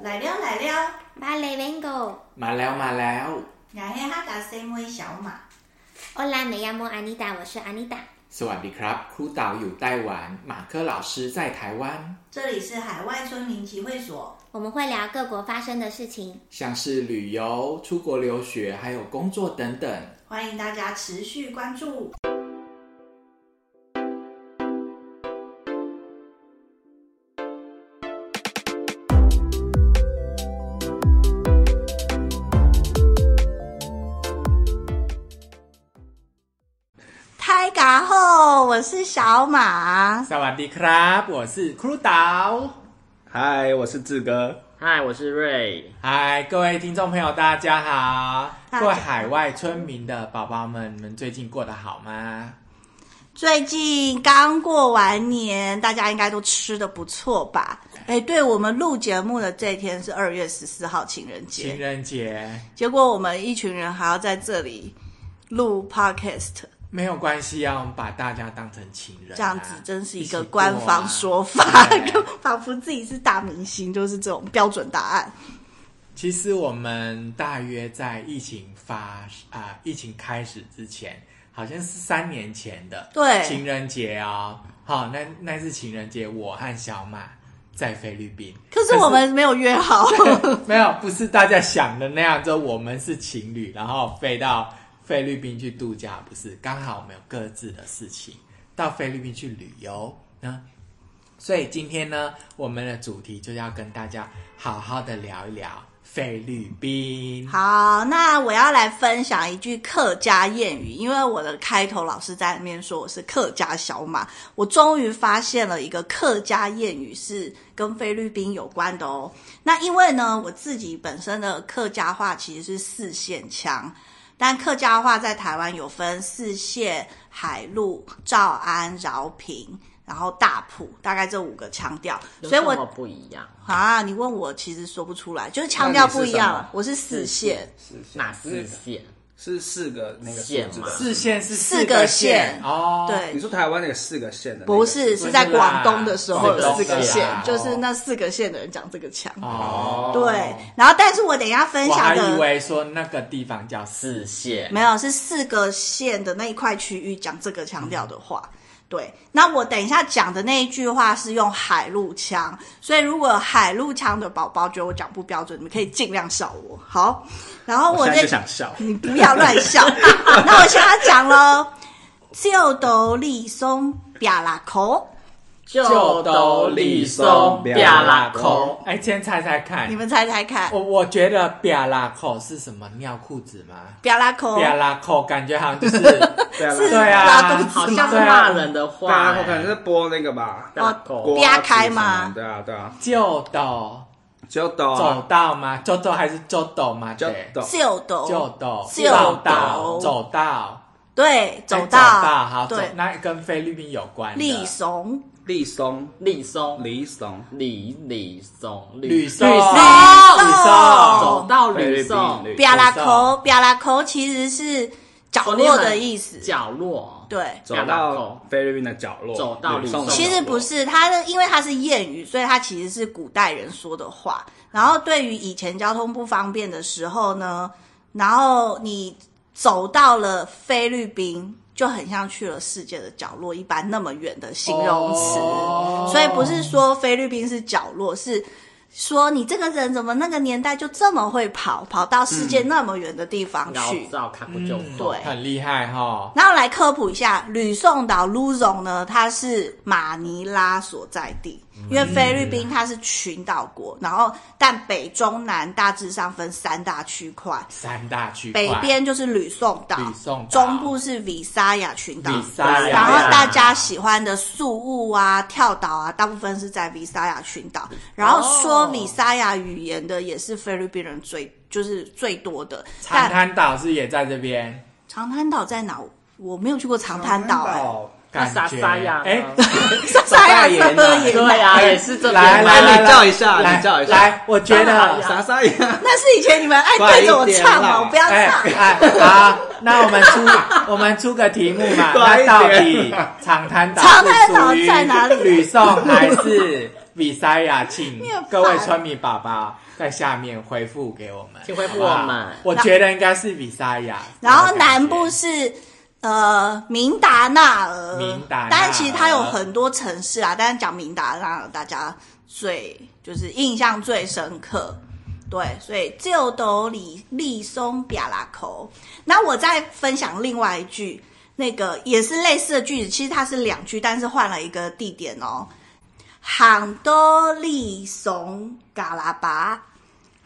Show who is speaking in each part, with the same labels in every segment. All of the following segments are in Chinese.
Speaker 1: 来了来了，
Speaker 2: 马雷文狗，
Speaker 3: มาแล้วมาแล้ว
Speaker 1: 雅黑哈达 C 位小马，
Speaker 2: 欧拉美亚莫安妮达，我是安妮达。
Speaker 3: สวัสดีครับ ครูเต่าอยู่ไต้หวัน 马克老师在台湾
Speaker 1: 这里是海外村民集会所。
Speaker 2: 我们会聊各国发生的事情。
Speaker 3: 像是旅游、出国留学，还有工作等等。
Speaker 1: 欢迎大家持续关注。泰嘎后，我是小马。
Speaker 3: สวัสดีครับ 我是ครูเต่า
Speaker 4: 嗨，我是志哥。
Speaker 5: 嗨，我是瑞。
Speaker 3: 嗨，各位听众朋友，大家好！
Speaker 1: 大家
Speaker 3: 各位海外村民的宝宝们，你们最近过得好吗？
Speaker 1: 最近刚过完年，大家应该都吃的不错吧？哎，对我们录节目的这一天是二月十四号情人
Speaker 3: 情
Speaker 1: 节，
Speaker 3: 人节
Speaker 1: 结果我们一群人还要在这里录 podcast，
Speaker 3: 没有关系啊，我们把大家当成情人啊、
Speaker 1: 这样子真是一个
Speaker 3: 起过啊
Speaker 1: 官方说法，
Speaker 3: 对
Speaker 1: 就仿佛自己是大明星，就是这种标准答案。
Speaker 3: 其实我们大约在疫情发啊、疫情开始之前，好像是三年前的
Speaker 1: 对
Speaker 3: 情人节哦。好，那那是情人节，我和小马在菲律宾。
Speaker 1: 可是我们没有约好，
Speaker 3: 没有，不是大家想的那样，就我们是情侣，然后飞到菲律宾去度假，不是？刚好我们有各自的事情，到菲律宾去旅游呢。所以今天呢，我们的主题就要跟大家好好的聊一聊菲律宾。
Speaker 1: 好，那我要来分享一句客家谚语，因为我的开头老师在里面说我是客家小马，我终于发现了一个客家谚语是跟菲律宾有关的哦。那因为呢，我自己本身的客家话其实是四线腔，但客家话在台湾有分四县、海陆、诏安、饶平，然后大埔，大概这五个腔调，
Speaker 5: 有
Speaker 1: 所以
Speaker 5: 什么
Speaker 1: 我
Speaker 5: 不一样，
Speaker 1: 啊，你问我其实说不出来，就是腔调不一样啊
Speaker 4: 那你是什么
Speaker 1: 了。我是四县。
Speaker 4: 是
Speaker 5: 哪四县？
Speaker 4: 是四个那个数
Speaker 5: 县
Speaker 4: 字
Speaker 5: 吗
Speaker 4: 的
Speaker 3: 四县是
Speaker 1: 四
Speaker 3: 个
Speaker 1: 个县
Speaker 3: 哦，，
Speaker 4: 你
Speaker 1: 对，
Speaker 4: 说台湾那个四个县的那个？
Speaker 1: 不是是
Speaker 3: 不是
Speaker 1: 在
Speaker 3: 啦
Speaker 1: 广东的时候
Speaker 5: 广
Speaker 1: 有
Speaker 5: 东
Speaker 1: 四个县
Speaker 3: 啦，
Speaker 1: 就是那四个县的人讲这个腔。
Speaker 3: 哦，
Speaker 1: 对，然后但是我等一下分
Speaker 3: 我
Speaker 1: 享
Speaker 3: 还以
Speaker 1: 的
Speaker 3: 为说那个地方叫四
Speaker 5: 四县。
Speaker 1: 没有是四个县的那一块区域讲这个腔调的话。对，那我等一下讲的那一句话是用海陆腔，所以如果有海陆腔的宝宝觉得我讲不标准，你们可以尽量笑我。好，然后
Speaker 4: 我
Speaker 1: 我
Speaker 4: 现在
Speaker 1: 这
Speaker 4: 就想笑。
Speaker 1: 你不要乱笑。那我现在讲 喽，就斗立松表拉口。
Speaker 5: 旧斗立松，
Speaker 4: 表
Speaker 5: 表
Speaker 4: 拉
Speaker 5: 拉
Speaker 4: 口
Speaker 5: 口。
Speaker 3: 哎，先猜猜看
Speaker 1: 你，们猜猜看，
Speaker 3: 我我觉得表拉口是什么？尿裤子吗？
Speaker 1: 表拉口
Speaker 3: 表拉口感觉好像就是
Speaker 4: 对啊，
Speaker 1: 是
Speaker 3: 对
Speaker 1: 拉肚
Speaker 3: 啊，
Speaker 1: 子
Speaker 5: 好像是
Speaker 3: 对啊
Speaker 5: 骂人的话、
Speaker 4: 大家
Speaker 5: 欸
Speaker 4: 可能是播那个吧，
Speaker 5: 表拉
Speaker 4: 锅
Speaker 5: 口
Speaker 1: 哦
Speaker 4: 啊
Speaker 1: 啪开吗
Speaker 4: 煮什么对啊，对啊，
Speaker 3: 就斗
Speaker 4: 就抖
Speaker 3: 走
Speaker 4: 啊，
Speaker 3: 到吗？就斗还是就斗吗？
Speaker 4: 就
Speaker 3: 对，
Speaker 4: 抖，
Speaker 1: 秀斗
Speaker 3: 就斗
Speaker 1: 就
Speaker 3: 绕
Speaker 1: 斗
Speaker 3: 道走到
Speaker 1: 对
Speaker 3: 哎
Speaker 1: 走
Speaker 3: 走到好走
Speaker 1: 对，
Speaker 3: 那跟菲律宾有关的
Speaker 1: 立怂
Speaker 4: 立松，
Speaker 5: 立松，
Speaker 4: 李松，
Speaker 5: 李李松，
Speaker 3: 吕宋
Speaker 5: 吕
Speaker 3: 吕
Speaker 5: 宋，
Speaker 1: 哦
Speaker 3: 宋
Speaker 5: 走到
Speaker 4: 菲律
Speaker 5: 吕
Speaker 4: 宾
Speaker 5: 宋
Speaker 4: 吕
Speaker 1: 表拉口表拉口其实是角落的意思，
Speaker 5: 角落，
Speaker 1: 对。
Speaker 4: 走
Speaker 5: 表达
Speaker 4: 到
Speaker 5: 口
Speaker 4: 菲律宾的角落，
Speaker 5: 走到吕宋
Speaker 4: 宋的
Speaker 1: 其
Speaker 4: 角
Speaker 1: 实
Speaker 4: 落
Speaker 1: 不是，它的，因为它是谚语，所以它其实是古代人说的话。然后对于以前交通不方便的时候呢，然后你走到了菲律宾，就很像去了世界的角落一般那么远的形容词。
Speaker 3: 哦
Speaker 1: 所以不是说菲律宾是角落，是说你这个人怎么那个年代就这么会跑，跑到世界那么远的地方
Speaker 5: 老
Speaker 1: 去。
Speaker 5: 照看不就
Speaker 3: 嗯
Speaker 1: 对
Speaker 3: 很厉害哈。
Speaker 1: 然后来科普一下，吕宋岛 Luzon 呢，它是马尼拉所在地，因为菲律宾它是群岛国，然后但北中南大致上分三大区块，
Speaker 3: 三大区块
Speaker 1: 北边就是吕宋岛，
Speaker 3: 吕宋岛
Speaker 1: 中部是比萨亚群岛，
Speaker 3: 比萨
Speaker 1: 然
Speaker 3: 亚
Speaker 1: 后大家喜欢的宿务啊、跳岛啊，大部分是在比萨亚群
Speaker 3: 哦
Speaker 1: 岛。然后说比萨亚语言的也是菲律宾人最就是最多的。
Speaker 3: 长
Speaker 1: 但
Speaker 3: 滩岛是也在这边，
Speaker 1: 长滩岛在哪？我没有去过长滩岛、哎，
Speaker 5: 那
Speaker 3: 感
Speaker 5: 莎
Speaker 3: 觉
Speaker 5: 莎呀，
Speaker 3: 哎，
Speaker 1: 沙
Speaker 4: 沙
Speaker 1: 亚
Speaker 4: 亚
Speaker 1: 三哥
Speaker 4: 岩啊
Speaker 1: 啊也
Speaker 5: 对啊，也是这边
Speaker 3: 来来
Speaker 5: 吗
Speaker 3: 来，
Speaker 4: 哎你
Speaker 3: 来
Speaker 4: 叫一下
Speaker 3: 来
Speaker 4: 你叫一下
Speaker 3: 来，我觉
Speaker 1: 哎
Speaker 5: 莎莎
Speaker 3: 得
Speaker 5: 呀
Speaker 4: 啥啥呀？
Speaker 1: 那是以前你们爱对着我唱嘛，我不要
Speaker 3: 哎
Speaker 1: 唱。
Speaker 3: 哎，好，那我 们出我们出个题目嘛，那
Speaker 4: 快一点
Speaker 3: 到底长滩岛
Speaker 1: 长滩岛
Speaker 3: 是属于
Speaker 1: 在哪里
Speaker 3: 吕宋还是 Visaya，请
Speaker 1: 你很烦
Speaker 3: 各位村民爸爸在下面回复给我们，
Speaker 5: 请回复
Speaker 3: 好不好
Speaker 5: 我们
Speaker 3: 我觉得应该是 Visaya，
Speaker 1: 然后南部是呃明达纳尔，
Speaker 3: 明达纳尔
Speaker 1: 但其实它有很多城市啊，但是讲明达纳尔，大家最就是印象最深刻。对，所以就都里利松比亚拉口。那我再分享另外一句，那个也是类似的句子，其实它是两句，但是换了一个地点哦。杭多利松嘎拉巴，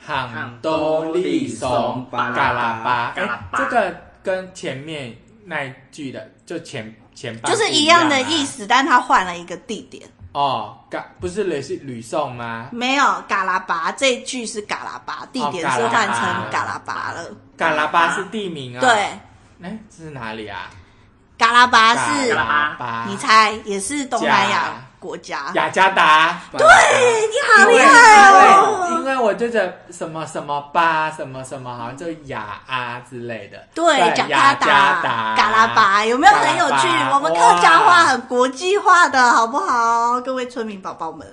Speaker 3: 杭多利松巴拉巴，
Speaker 5: 嘎拉
Speaker 3: 哎
Speaker 5: 巴
Speaker 3: 这个跟前面那一句的就前前半
Speaker 1: 就是
Speaker 3: 不
Speaker 1: 一
Speaker 3: 一
Speaker 1: 样
Speaker 3: 样
Speaker 1: 的
Speaker 3: 啊
Speaker 1: 意思，但它换了一个地点。
Speaker 3: 哦。嘎不是吕是吕宋吗？
Speaker 1: 没有嘎拉巴这一句是嘎拉巴，地点是换成嘎拉巴了。
Speaker 3: 嘎拉巴是地名啊。
Speaker 1: 对，，
Speaker 3: 哎，这是哪里啊？
Speaker 1: 嘎拉巴是
Speaker 3: 嘎拉巴，
Speaker 1: 你猜也是东南亚国家。
Speaker 3: 雅加达。
Speaker 4: 对，
Speaker 1: 你好
Speaker 3: 因
Speaker 1: 厉
Speaker 3: 为
Speaker 1: 害哦！
Speaker 3: 因为因为我就觉得什么什么巴什么什么，好像就雅啊之类的。
Speaker 1: 对，雅
Speaker 3: 雅加达、
Speaker 1: 嘎拉巴有没有很有趣
Speaker 3: 嘎拉？巴
Speaker 1: 我们客家话
Speaker 3: 哇
Speaker 1: 很国际化的，好不好？各位村民宝宝们，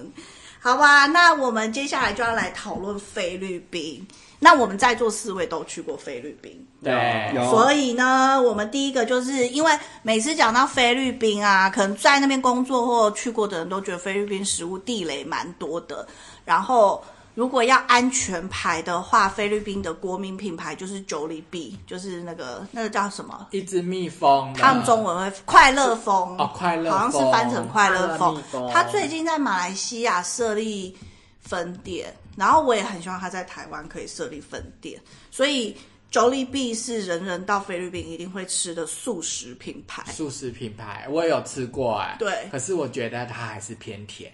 Speaker 1: 好吧，那我们接下来就要来讨论菲律宾。那我们在座四位都去过菲律宾，
Speaker 3: 对，
Speaker 4: 有啊
Speaker 1: 所以呢，我们第一个就是因为每次讲到菲律宾啊，可能在那边工作或去过的人都觉得菲律宾食物地雷蛮多的。然后，如果要安全牌的话，菲律宾的国民品牌就是 Jollibee，就是那个那个叫什么？
Speaker 3: 一只蜜蜂的，
Speaker 1: 他们中文会快乐风
Speaker 3: 哦快乐
Speaker 1: 好像是
Speaker 3: 风
Speaker 1: 翻成快乐
Speaker 5: 快乐
Speaker 1: 风
Speaker 5: 蜜蜂。
Speaker 1: 他最近在马来西亚设立分店，然后我也很希望他在台湾可以设立分店。所以 Jollibee 是人人到菲律宾一定会吃的素食品牌。
Speaker 3: 素食品牌，我有吃过哎、
Speaker 1: 对
Speaker 3: 可是我觉得它还是偏甜。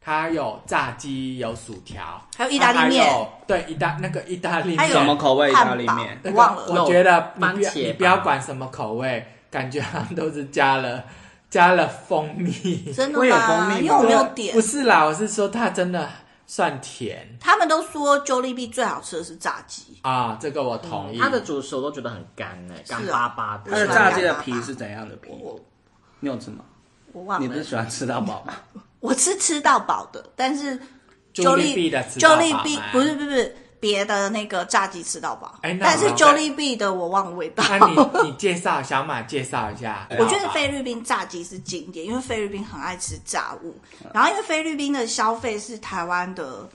Speaker 3: 它有炸鸡，有薯条，
Speaker 1: 还有意大利面
Speaker 3: 它还有对，意大那个意大利
Speaker 1: 还
Speaker 3: 面，
Speaker 1: 有
Speaker 4: 什么口味意大利
Speaker 1: 汉堡
Speaker 4: 面
Speaker 3: 那个
Speaker 1: 忘了
Speaker 3: 我觉得你
Speaker 5: 番
Speaker 3: 不要
Speaker 5: 茄
Speaker 3: 你
Speaker 5: 吧
Speaker 3: 不要管什么口味，感觉好像都是加了加了蜂蜜。
Speaker 1: 真的
Speaker 4: 会有蜂
Speaker 1: 吗？
Speaker 4: 蜜吗
Speaker 1: 因为我没有点
Speaker 3: 不。是啦，我是说它真的算甜
Speaker 1: 他们都说 Jollibee 最好吃的是炸鸡，
Speaker 3: 啊，这个我同
Speaker 1: 嗯
Speaker 3: 意。
Speaker 5: 它的主食我都觉得很干哎，
Speaker 1: 啊
Speaker 5: 干巴巴的。
Speaker 4: 它的炸鸡的皮是怎样的皮？
Speaker 1: 我
Speaker 4: 你有吃吗？
Speaker 1: 我忘
Speaker 4: 你不
Speaker 1: 了
Speaker 4: 是。喜欢吃到饱吗？
Speaker 1: 我是吃到饱的，但是
Speaker 3: Jollibee 的吃到饱吗
Speaker 1: Jollibee 不是不是不是别的那个炸鸡吃到饱
Speaker 3: 哎，那
Speaker 1: 但是
Speaker 3: 我们
Speaker 1: Jollibee 的我忘了味道。
Speaker 3: 那你你介绍小马介绍一下，
Speaker 1: 我觉得菲律宾炸鸡是经典，因为菲律宾很爱吃炸物，
Speaker 3: 嗯
Speaker 1: 然后因为菲律宾的消费是台湾的，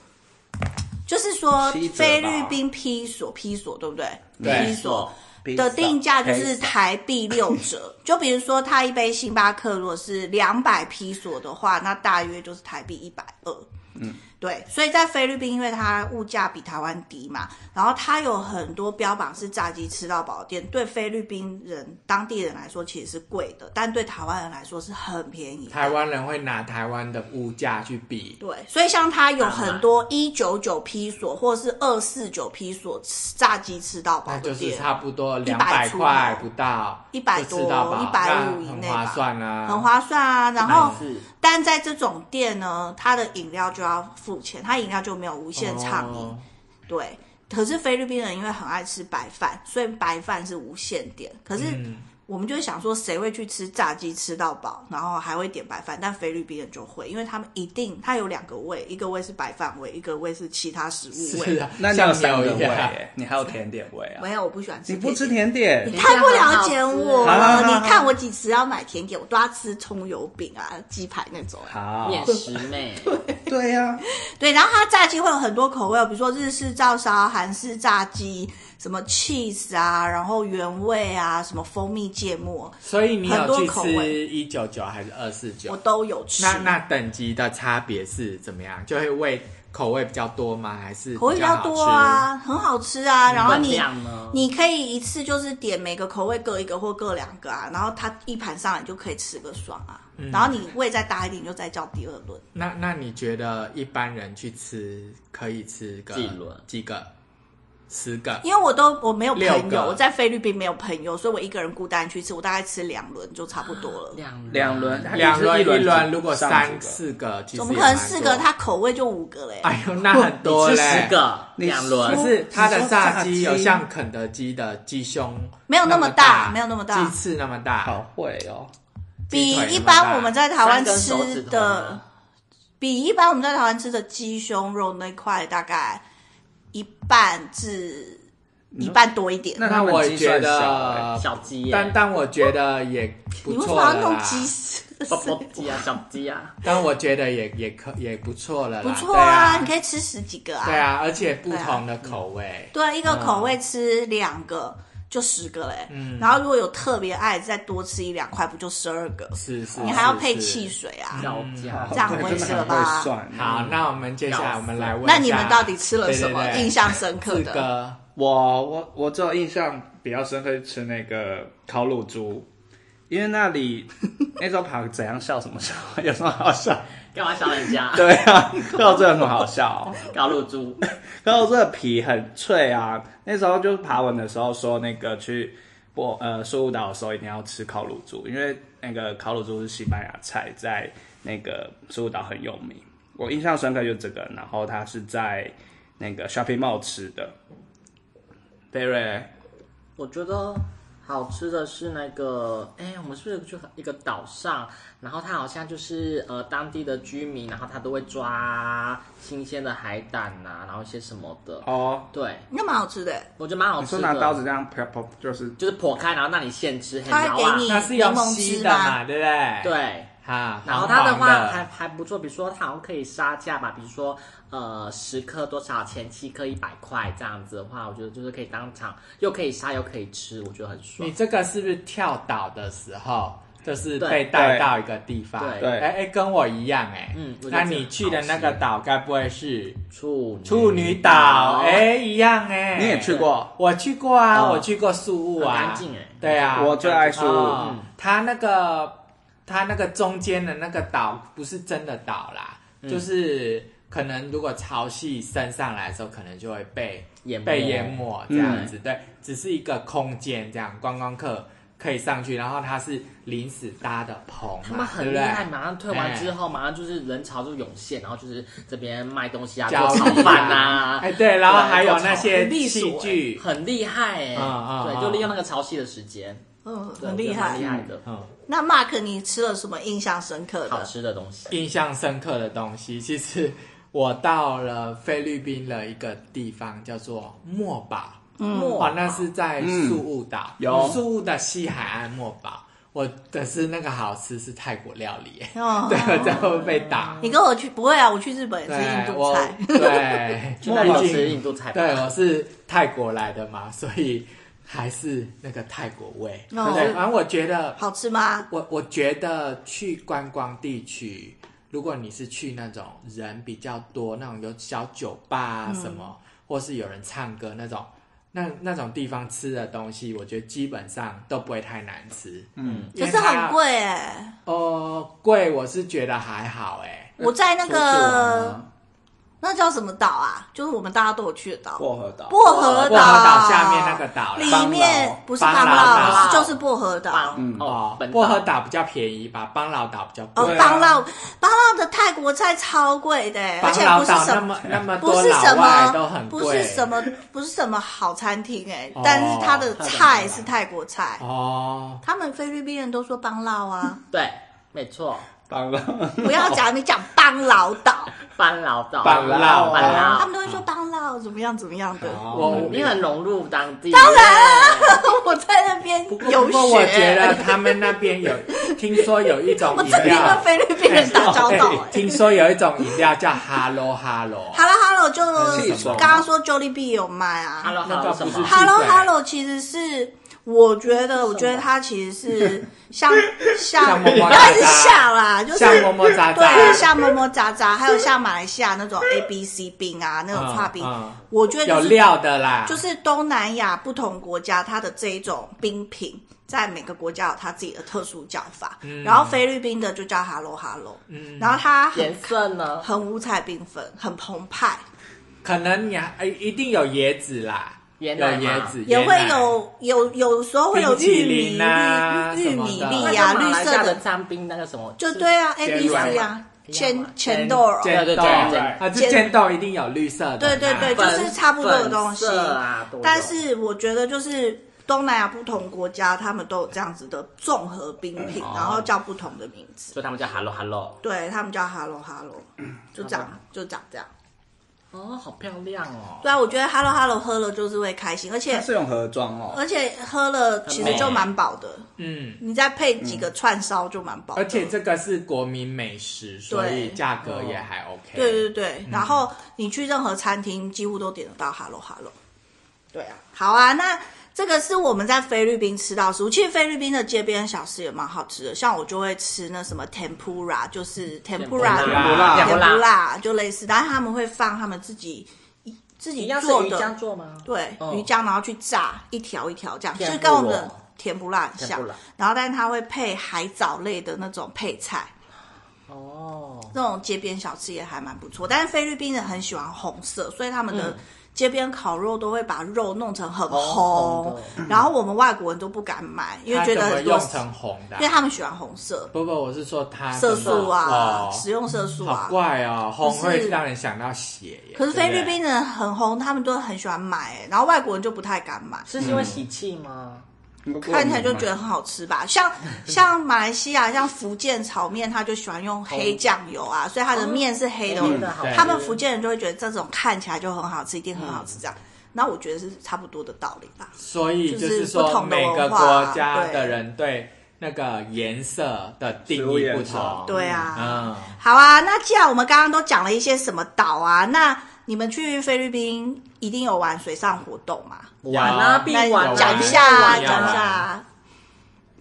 Speaker 1: 就是说
Speaker 4: 七折吧
Speaker 1: 菲律宾披索披索对不对？
Speaker 3: 对
Speaker 1: 披索
Speaker 4: 披萨
Speaker 1: 的定价
Speaker 3: 哎
Speaker 1: 就是台币六折，就比如说它一杯星巴克如果是两百披索的话，那大约就是台币一百二。
Speaker 3: 嗯
Speaker 1: 对，所以在菲律宾，因为它物价比台湾低嘛，然后它有很多标榜是炸鸡吃到饱的店，对菲律宾人当地人来说其实是贵的，但对台湾人来说是很便宜的。
Speaker 3: 台湾人会拿台湾的物价去比，
Speaker 1: 对，所以像它有很多一九九披索或是二四九披索吃炸鸡吃到饱
Speaker 3: 那
Speaker 1: 的
Speaker 3: 就是
Speaker 1: 店，
Speaker 3: 差不多两
Speaker 1: 100
Speaker 3: 百
Speaker 1: 出
Speaker 3: 块
Speaker 1: 头
Speaker 3: 不到，
Speaker 1: 100
Speaker 3: 就吃到饱
Speaker 1: 多150
Speaker 3: 那
Speaker 1: 以
Speaker 3: 很
Speaker 1: 内
Speaker 3: 划
Speaker 1: 吧
Speaker 3: 算啊，
Speaker 1: 很划算啊。然后
Speaker 5: 是
Speaker 1: 但在这种店呢，它的饮料就要付钱，它饮料就没有无限畅饮。
Speaker 3: 哦
Speaker 1: 对，可是菲律宾人因为很爱吃白饭，所以白饭是无限点。可是
Speaker 4: 嗯
Speaker 1: 我们就会想说，谁会去吃炸鸡吃到饱，然后还会点白饭？但菲律宾人就会，因为他们一定他有两个胃，一个胃是白饭胃，一个胃是其他食物
Speaker 3: 是
Speaker 1: 胃。
Speaker 3: 啊，
Speaker 4: 哎那你
Speaker 3: 像
Speaker 4: 有三个
Speaker 3: 牛一
Speaker 4: 味
Speaker 3: 样，
Speaker 4: 耶，你还有甜点味啊？
Speaker 1: 没有，我不喜欢吃。
Speaker 4: 你不吃？甜点
Speaker 1: 你？太不了解我
Speaker 4: 好好
Speaker 1: 了！
Speaker 4: 好好
Speaker 1: 你看我几次要买甜点，我都要吃葱油饼啊、鸡排那种、啊。
Speaker 4: 好，
Speaker 5: 面食妹，
Speaker 4: 对呀，
Speaker 1: 对，然后它炸鸡会有很多口味，比如说日式照烧、韩式炸鸡，什么 cheese 啊，然后原味啊，什么蜂蜜芥末，
Speaker 3: 所以你
Speaker 1: 很
Speaker 3: 有
Speaker 1: 多
Speaker 3: 去
Speaker 1: 口
Speaker 3: 吃
Speaker 1: 味
Speaker 3: 一九九还是二四九
Speaker 1: 我？都有吃。
Speaker 3: 那那等级的差别是怎么样？就会味口味比较多吗？还是
Speaker 1: 口味比较
Speaker 3: 好
Speaker 1: 多
Speaker 3: 吃？
Speaker 1: 啊，很好吃啊。 然后
Speaker 5: 分
Speaker 1: 你
Speaker 5: 量呢
Speaker 1: 你可以一次就是点每个口味各一个或各两个啊，然后它一盘上来就可以吃个爽啊。
Speaker 3: 嗯
Speaker 1: 然后你胃再大一点，你就再叫第二轮。
Speaker 3: 那那你觉得一般人去吃可以吃个
Speaker 5: 几轮
Speaker 3: 几个？十个？
Speaker 1: 因为我都我没有朋
Speaker 3: 六
Speaker 1: 友，
Speaker 3: 个
Speaker 1: 我在菲律宾没有朋友，所以我一个人孤单去吃，我大概吃两轮就差不多了。
Speaker 3: 啊
Speaker 5: 两
Speaker 4: 两轮，
Speaker 3: 两轮
Speaker 4: 一轮
Speaker 3: 轮，如果
Speaker 4: 上
Speaker 3: 三
Speaker 4: 几个
Speaker 3: 四个，其实
Speaker 1: 怎么
Speaker 3: 也
Speaker 1: 可能
Speaker 3: 蛮
Speaker 1: 四
Speaker 3: 多
Speaker 1: 个？它口味就五个嘞。
Speaker 3: 哎呦，那很多
Speaker 5: 你
Speaker 3: 嘞，
Speaker 5: 吃十个，
Speaker 4: 你
Speaker 5: 两
Speaker 3: 可
Speaker 5: 轮，
Speaker 3: 是它
Speaker 4: 你
Speaker 3: 的
Speaker 4: 说炸
Speaker 3: 炸鸡
Speaker 4: 鸡
Speaker 3: 有像肯德基的鸡胸
Speaker 1: 没有那么大
Speaker 3: 大，
Speaker 1: 没有那么大
Speaker 3: 鸡翅那么大，
Speaker 4: 好会哦，
Speaker 1: 比
Speaker 3: 鸡腿那么
Speaker 1: 一般
Speaker 3: 大
Speaker 1: 我们在台湾
Speaker 5: 三根手
Speaker 1: 吃
Speaker 5: 指头
Speaker 1: 的
Speaker 5: 呢
Speaker 1: 比一般我们在台湾吃的鸡胸肉那块大概一半至一半多一点。
Speaker 4: 那他
Speaker 3: 那
Speaker 4: 们
Speaker 3: 我
Speaker 4: 鸡
Speaker 3: 觉
Speaker 4: 算小
Speaker 3: 得
Speaker 5: 小鸡耶
Speaker 3: 但但我觉得也不
Speaker 1: 你为什
Speaker 3: 错
Speaker 1: 么要
Speaker 3: 了
Speaker 1: 弄
Speaker 3: 啦。
Speaker 1: 鸡丝？
Speaker 5: 包包鸡啊，小鸡啊，
Speaker 3: 但我觉得也也可也不错了啦。
Speaker 1: 不错
Speaker 3: 对
Speaker 1: 啊，
Speaker 3: 啊，
Speaker 1: 你可以吃十几个啊。
Speaker 3: 对啊，而且不同的口味，
Speaker 1: 对，啊一个口味吃两个、就十个嘞。
Speaker 3: 嗯
Speaker 1: 然后如果有特别爱，再多吃一两块，不就十二个？
Speaker 3: 是是。
Speaker 1: 你还要
Speaker 3: 是
Speaker 1: 配
Speaker 3: 是
Speaker 1: 汽水啊？
Speaker 5: 小鸡啊
Speaker 4: 好
Speaker 1: 这样
Speaker 4: 对
Speaker 1: 我也
Speaker 4: 真的
Speaker 1: 是了
Speaker 4: 很会
Speaker 1: 吧
Speaker 4: 算啊
Speaker 3: 好，那我们接下来我们来问一下，
Speaker 1: 那你们到底吃了什么
Speaker 3: 对对对
Speaker 1: 印象深刻
Speaker 3: 四
Speaker 1: 的？
Speaker 3: 哥，
Speaker 4: 我我我只有印象比较深刻是吃那个烤乳猪，因为 那里那时候跑怎样笑什么笑， 有什么好笑？
Speaker 5: 干嘛想人家？
Speaker 4: 对啊，烤这有什么好笑、
Speaker 5: 搞露珠，
Speaker 4: 烤这皮很脆啊。那时候就是爬文的时候说那个去不呃苏武岛的时候一定要吃烤乳猪，因为那个烤乳猪是西班牙菜，在那个苏武岛很有名。我印象深刻就这个，然后它是在那个 shopping mall 吃的。贝瑞，
Speaker 5: 我觉得好吃的是那个，哎、我们是不是去一个岛上？然后它好像就是呃当地的居民，然后他都会抓新鲜的海胆呐、然后一些什么的。
Speaker 4: 哦，
Speaker 5: 对，
Speaker 1: 那蛮好吃的，欸
Speaker 5: 我觉得蛮好
Speaker 4: 你说
Speaker 5: 吃
Speaker 4: 拿
Speaker 5: 的。
Speaker 4: 刀子这样啪啪，就是
Speaker 5: 就是破开，然后让你现吃，很
Speaker 1: 他
Speaker 5: 饶
Speaker 1: 会
Speaker 5: 啊
Speaker 1: 给。你
Speaker 3: 那是用
Speaker 1: 柠檬
Speaker 3: 吸
Speaker 1: 汁
Speaker 3: 的
Speaker 1: 吗？
Speaker 3: 嘛，对不对？，
Speaker 5: 对，
Speaker 3: 好，
Speaker 5: 然后它
Speaker 3: 它
Speaker 5: 的话还
Speaker 3: 还
Speaker 5: 还不错，比如说它好像可以杀价吧，比如说呃十颗多少钱，七颗一百块这样子的话，我觉得就是可以当场又可以杀又可以吃，我觉得很爽
Speaker 3: 你。这个是不是跳岛的时候，就是
Speaker 5: 对
Speaker 3: 被带到一个地方？
Speaker 5: 对
Speaker 4: 对
Speaker 3: 哎哎，跟我一样哎。
Speaker 5: 嗯我觉
Speaker 3: 那
Speaker 5: 得这
Speaker 3: 你
Speaker 5: 个
Speaker 3: 去的
Speaker 5: 好
Speaker 3: 那
Speaker 5: 吃
Speaker 3: 个岛该不会是
Speaker 5: 处
Speaker 3: 处女岛？
Speaker 5: 哎、
Speaker 3: 哎，一样哎。
Speaker 4: 你也去过？
Speaker 3: 我去过啊，
Speaker 5: 嗯
Speaker 3: 我去过宿务
Speaker 5: 很
Speaker 3: 啊
Speaker 5: 干净嗯哎。
Speaker 3: 对啊，
Speaker 4: 我最爱
Speaker 3: 哦
Speaker 4: 苏武，
Speaker 3: 它那个它那个中间的那个岛不是真的岛啦，
Speaker 5: 嗯
Speaker 3: 就是可能如果潮汐升上来的时候，可能就会被
Speaker 5: 淹没嗯
Speaker 3: 被淹没这样子。对，只是一个空间这样，观光客可以上去，然后它是临时搭的棚
Speaker 5: 他们
Speaker 3: 嘛，对
Speaker 5: 很
Speaker 3: 不
Speaker 5: 厉
Speaker 3: 对？
Speaker 5: 害，马上退完之
Speaker 3: 哎
Speaker 5: 后，马上就是人潮就涌现，然后就是这边卖东西啊，
Speaker 3: 交
Speaker 5: 做炒
Speaker 3: 易
Speaker 5: 饭啊，
Speaker 3: 哎对，然后
Speaker 5: 对
Speaker 3: 还有
Speaker 5: 做炒
Speaker 3: 那些
Speaker 1: 很利索
Speaker 3: 器具，
Speaker 5: 很厉害哎、
Speaker 3: 嗯嗯
Speaker 5: 对，
Speaker 3: 嗯
Speaker 5: 就利用那个潮汐的时间，
Speaker 1: 嗯，
Speaker 5: 对
Speaker 1: 很
Speaker 5: 我觉
Speaker 1: 厉
Speaker 5: 得蛮
Speaker 1: 害
Speaker 5: 厉。害的，
Speaker 3: 嗯。
Speaker 1: 那 Mark，你吃了什么印象深刻
Speaker 5: 好
Speaker 1: 的？哦
Speaker 5: 吃的东西。
Speaker 3: 印象深刻的东西， 其实我到了菲律宾的一个地方叫做墨宝，哦
Speaker 5: 墨
Speaker 3: 哇，那是在宿务岛，
Speaker 5: 嗯
Speaker 4: 有
Speaker 3: 宿务的西海岸墨宝。我的是那个好吃是泰国料理，
Speaker 1: 哦，
Speaker 3: 对，我这样会被打。
Speaker 1: 你跟我去不会啊？我去日本也
Speaker 3: 对
Speaker 1: 是印，度
Speaker 3: 我
Speaker 1: 菜。
Speaker 3: 对，
Speaker 5: 去那里
Speaker 3: 毕竟
Speaker 5: 吃印度菜吧
Speaker 3: 对，我是泰国来的嘛，所以还是那个泰国味。
Speaker 1: 哦
Speaker 3: 对，反正我觉得
Speaker 1: 好吃吗？
Speaker 3: 我我觉得去观光地区，如果你是去那种人比较多，那种有小酒吧啊什么，
Speaker 1: 嗯
Speaker 3: 或是有人唱歌那种，那那种地方吃的东西，我觉得基本上都不会太难吃。嗯，
Speaker 1: 可是很。贵哎、
Speaker 3: 哦，贵我是觉得还好哎、
Speaker 1: 我在那
Speaker 4: 出去玩
Speaker 1: 个
Speaker 4: 吗
Speaker 1: 那叫什么岛啊？就是我们大家都有去的岛，
Speaker 4: 薄荷岛，
Speaker 1: 薄荷
Speaker 3: 薄荷岛下面那个岛啦
Speaker 1: 里面
Speaker 4: 邦劳
Speaker 1: 不是
Speaker 3: 邦
Speaker 1: 邦
Speaker 3: 劳
Speaker 1: 劳，
Speaker 5: 岛
Speaker 1: 是就是薄荷岛。
Speaker 5: 棒哦
Speaker 3: 哦，，
Speaker 5: 本
Speaker 3: 薄荷
Speaker 5: 岛
Speaker 3: 岛比较便宜吧，邦劳岛比较
Speaker 1: 哦
Speaker 3: 贵。，
Speaker 4: 啊
Speaker 1: 邦劳，邦劳的泰国菜超贵的，而
Speaker 3: 邦
Speaker 1: 且
Speaker 3: 劳
Speaker 1: 不是
Speaker 3: 岛那
Speaker 1: 什么，
Speaker 3: 么那么
Speaker 1: 不
Speaker 3: 多
Speaker 1: 是什
Speaker 3: 老外都
Speaker 1: 么
Speaker 3: 很，贵，
Speaker 1: 不是什么，不是什么好餐厅哎
Speaker 3: 哦，
Speaker 1: 但是它的
Speaker 4: 泰
Speaker 1: 菜
Speaker 4: 国菜
Speaker 1: 是泰国菜。
Speaker 3: 哦。
Speaker 1: 他们菲律宾人都说邦劳啊，
Speaker 5: 对，没错，
Speaker 4: 棒了，
Speaker 1: 不要讲你讲邦劳 岛，
Speaker 5: 班劳岛，
Speaker 3: 班劳
Speaker 5: 班劳，
Speaker 1: 他们都会说邦劳怎么样怎么样的。
Speaker 3: 哦
Speaker 5: 我你很融入当地，
Speaker 1: 当然了， 我在那边游学，
Speaker 3: 不过我觉得他们那边有听说有一种
Speaker 1: 我
Speaker 3: 饮
Speaker 1: 真的跟
Speaker 3: 料，
Speaker 1: 菲律宾人打交 道哎、
Speaker 3: 听说有一种饮料叫 Hello Hello，
Speaker 1: Hello Hello，
Speaker 4: 是
Speaker 1: 就
Speaker 4: 什么
Speaker 1: 刚刚说 Jollibee 有卖啊。
Speaker 5: ，Hello
Speaker 3: 那
Speaker 5: Hello
Speaker 3: 个
Speaker 5: 什
Speaker 3: 不是
Speaker 5: 么
Speaker 3: 汽？水
Speaker 1: Hello Hello 其实是我觉得，我觉得它其实是 像像
Speaker 3: 像么
Speaker 1: 当然
Speaker 3: 么哒
Speaker 1: 是
Speaker 3: 哒
Speaker 1: 像啦，就是
Speaker 3: 像么么喳
Speaker 1: 对，
Speaker 3: 喳，
Speaker 1: 像么么喳喳，还有像马来西亚那种 A B C 冰啊，那种
Speaker 3: 嗯
Speaker 1: 串冰
Speaker 3: 嗯，
Speaker 1: 我觉得
Speaker 3: 有
Speaker 1: 就是
Speaker 3: 料的啦，
Speaker 1: 就是东南亚不同国家它的这一种冰品，在每个国家有它自己的特殊叫法。
Speaker 3: 嗯
Speaker 1: 然后菲律宾的就叫哈喽哈喽，然后它很
Speaker 5: 颜色呢？
Speaker 1: 很五彩缤纷，很澎湃，
Speaker 3: 可能你还哎一定有椰子啦，有
Speaker 5: 椰奶嘛
Speaker 3: 椰子，
Speaker 1: 也
Speaker 3: 椰
Speaker 1: 会
Speaker 3: 奶
Speaker 1: 有有有时候会有
Speaker 3: 冰淇
Speaker 1: 玉米
Speaker 3: 淋啊
Speaker 1: 粒、玉
Speaker 3: 什么
Speaker 1: 米
Speaker 3: 的
Speaker 1: 粒
Speaker 5: 那
Speaker 1: 呀、
Speaker 5: 个马
Speaker 1: 绿
Speaker 5: 来西
Speaker 1: 色
Speaker 5: 亚的
Speaker 1: 的，
Speaker 5: 香槟那个什么？
Speaker 1: 就对啊，A
Speaker 4: 煎
Speaker 1: B
Speaker 4: 软
Speaker 1: C 啊，
Speaker 5: 一
Speaker 1: 前
Speaker 5: 样嘛
Speaker 1: 前豆儿，
Speaker 5: 煎
Speaker 3: 豆，
Speaker 5: 对
Speaker 4: 对
Speaker 3: 啊，就
Speaker 1: 煎
Speaker 3: 煎豆一定有绿色的
Speaker 1: 对
Speaker 3: 嘛，
Speaker 1: 对对，就是差不多的东西
Speaker 5: 粉色啊都有
Speaker 1: 但是我觉得就是东南亚不同国家他们都有这样子的综合冰品，
Speaker 3: 嗯
Speaker 1: 然
Speaker 3: 哦
Speaker 1: 后叫不同的名字，
Speaker 5: 所以他们叫 Hello Hello。
Speaker 1: 对他们叫 Hello Hello，就这样
Speaker 5: 好
Speaker 1: 就长这样。
Speaker 5: 哦，好漂亮哦！
Speaker 1: 对啊，我觉得 Hello Hello 喝了就是会开心，而
Speaker 4: 它
Speaker 1: 且
Speaker 4: 是用盒装哦，
Speaker 1: 而且喝了其实就蛮饱的，
Speaker 3: 嗯，
Speaker 1: 你再配几个串烧就蛮饱的。
Speaker 3: 而且这个是国民美食，所以价格也还 OK。
Speaker 1: 对对对，然后你去任何餐厅几乎都点得到 Hello Hello。对啊，好啊，那这个是我们在菲律宾吃到的食物，其实菲律宾的街边小吃也蛮好吃的，像我就会吃那什么 tempura，就是 tempura，
Speaker 5: tempura
Speaker 1: tempura 就类似，但是他们会放他们自己自己
Speaker 5: 一样是
Speaker 1: 做
Speaker 5: 鱼
Speaker 1: 的
Speaker 5: 浆，做吗？
Speaker 1: 对，
Speaker 5: 哦
Speaker 1: 鱼浆然后去炸一条一条这样，就
Speaker 5: 天
Speaker 1: 是
Speaker 5: 妇
Speaker 1: 跟我们的
Speaker 5: 罗
Speaker 1: 甜不辣很像
Speaker 5: 天妇罗，
Speaker 1: 然后但是它会配海藻类的那种配菜。
Speaker 5: 哦，
Speaker 1: 那种街边小吃也还蛮不错，但是菲律宾人很喜欢红色，所以他们
Speaker 5: 嗯
Speaker 1: 的街边烤肉都会把肉弄成很红，
Speaker 5: 哦红嗯红
Speaker 1: 然后我们外国人都不敢买，因为觉得
Speaker 3: 它怎
Speaker 1: 很
Speaker 3: 么用
Speaker 1: 多，
Speaker 3: 成红的啊
Speaker 1: 因为？他们喜欢红色
Speaker 3: 不不，我是说它
Speaker 5: 嗯
Speaker 1: 色素啊，
Speaker 3: 哦
Speaker 1: 食用色素
Speaker 3: 好
Speaker 1: 啊。
Speaker 3: 怪哦，红
Speaker 1: 是
Speaker 3: 会让人想到血耶。
Speaker 1: 可是菲律
Speaker 3: 对
Speaker 1: 宾人很红，他们都很喜欢买、然后外国人就不太敢买。
Speaker 5: 是因为喜气吗？
Speaker 1: 看起来就觉得很好吃吧，像像马来西亚像福建炒面，他就喜欢用黑酱油啊，所以它的面是黑的。
Speaker 5: 黑的好吃
Speaker 1: 他们福建人就会觉得这种看起来就很好吃，一定很好吃这样。那我觉得是差不多的道理吧。
Speaker 3: 不对，所以
Speaker 1: 就是是不
Speaker 3: 说
Speaker 1: 同的
Speaker 3: 每
Speaker 1: 文
Speaker 3: 个
Speaker 1: 化
Speaker 3: 国家
Speaker 1: 对
Speaker 3: 的人对那个颜色的定
Speaker 4: 食物
Speaker 3: 义
Speaker 4: 颜
Speaker 3: 不
Speaker 4: 色
Speaker 3: 同。
Speaker 1: 对啊，
Speaker 3: 嗯，
Speaker 1: 好啊。那既然我们刚刚都讲了一些什么岛啊，那你们去菲律宾一定有玩水上活动嘛？
Speaker 5: 玩啊，
Speaker 3: 有
Speaker 5: 必
Speaker 1: 那
Speaker 5: 玩啊。
Speaker 1: 讲一下
Speaker 3: 玩
Speaker 1: 啊，
Speaker 3: 要
Speaker 1: 讲一
Speaker 3: 玩
Speaker 1: 下啊。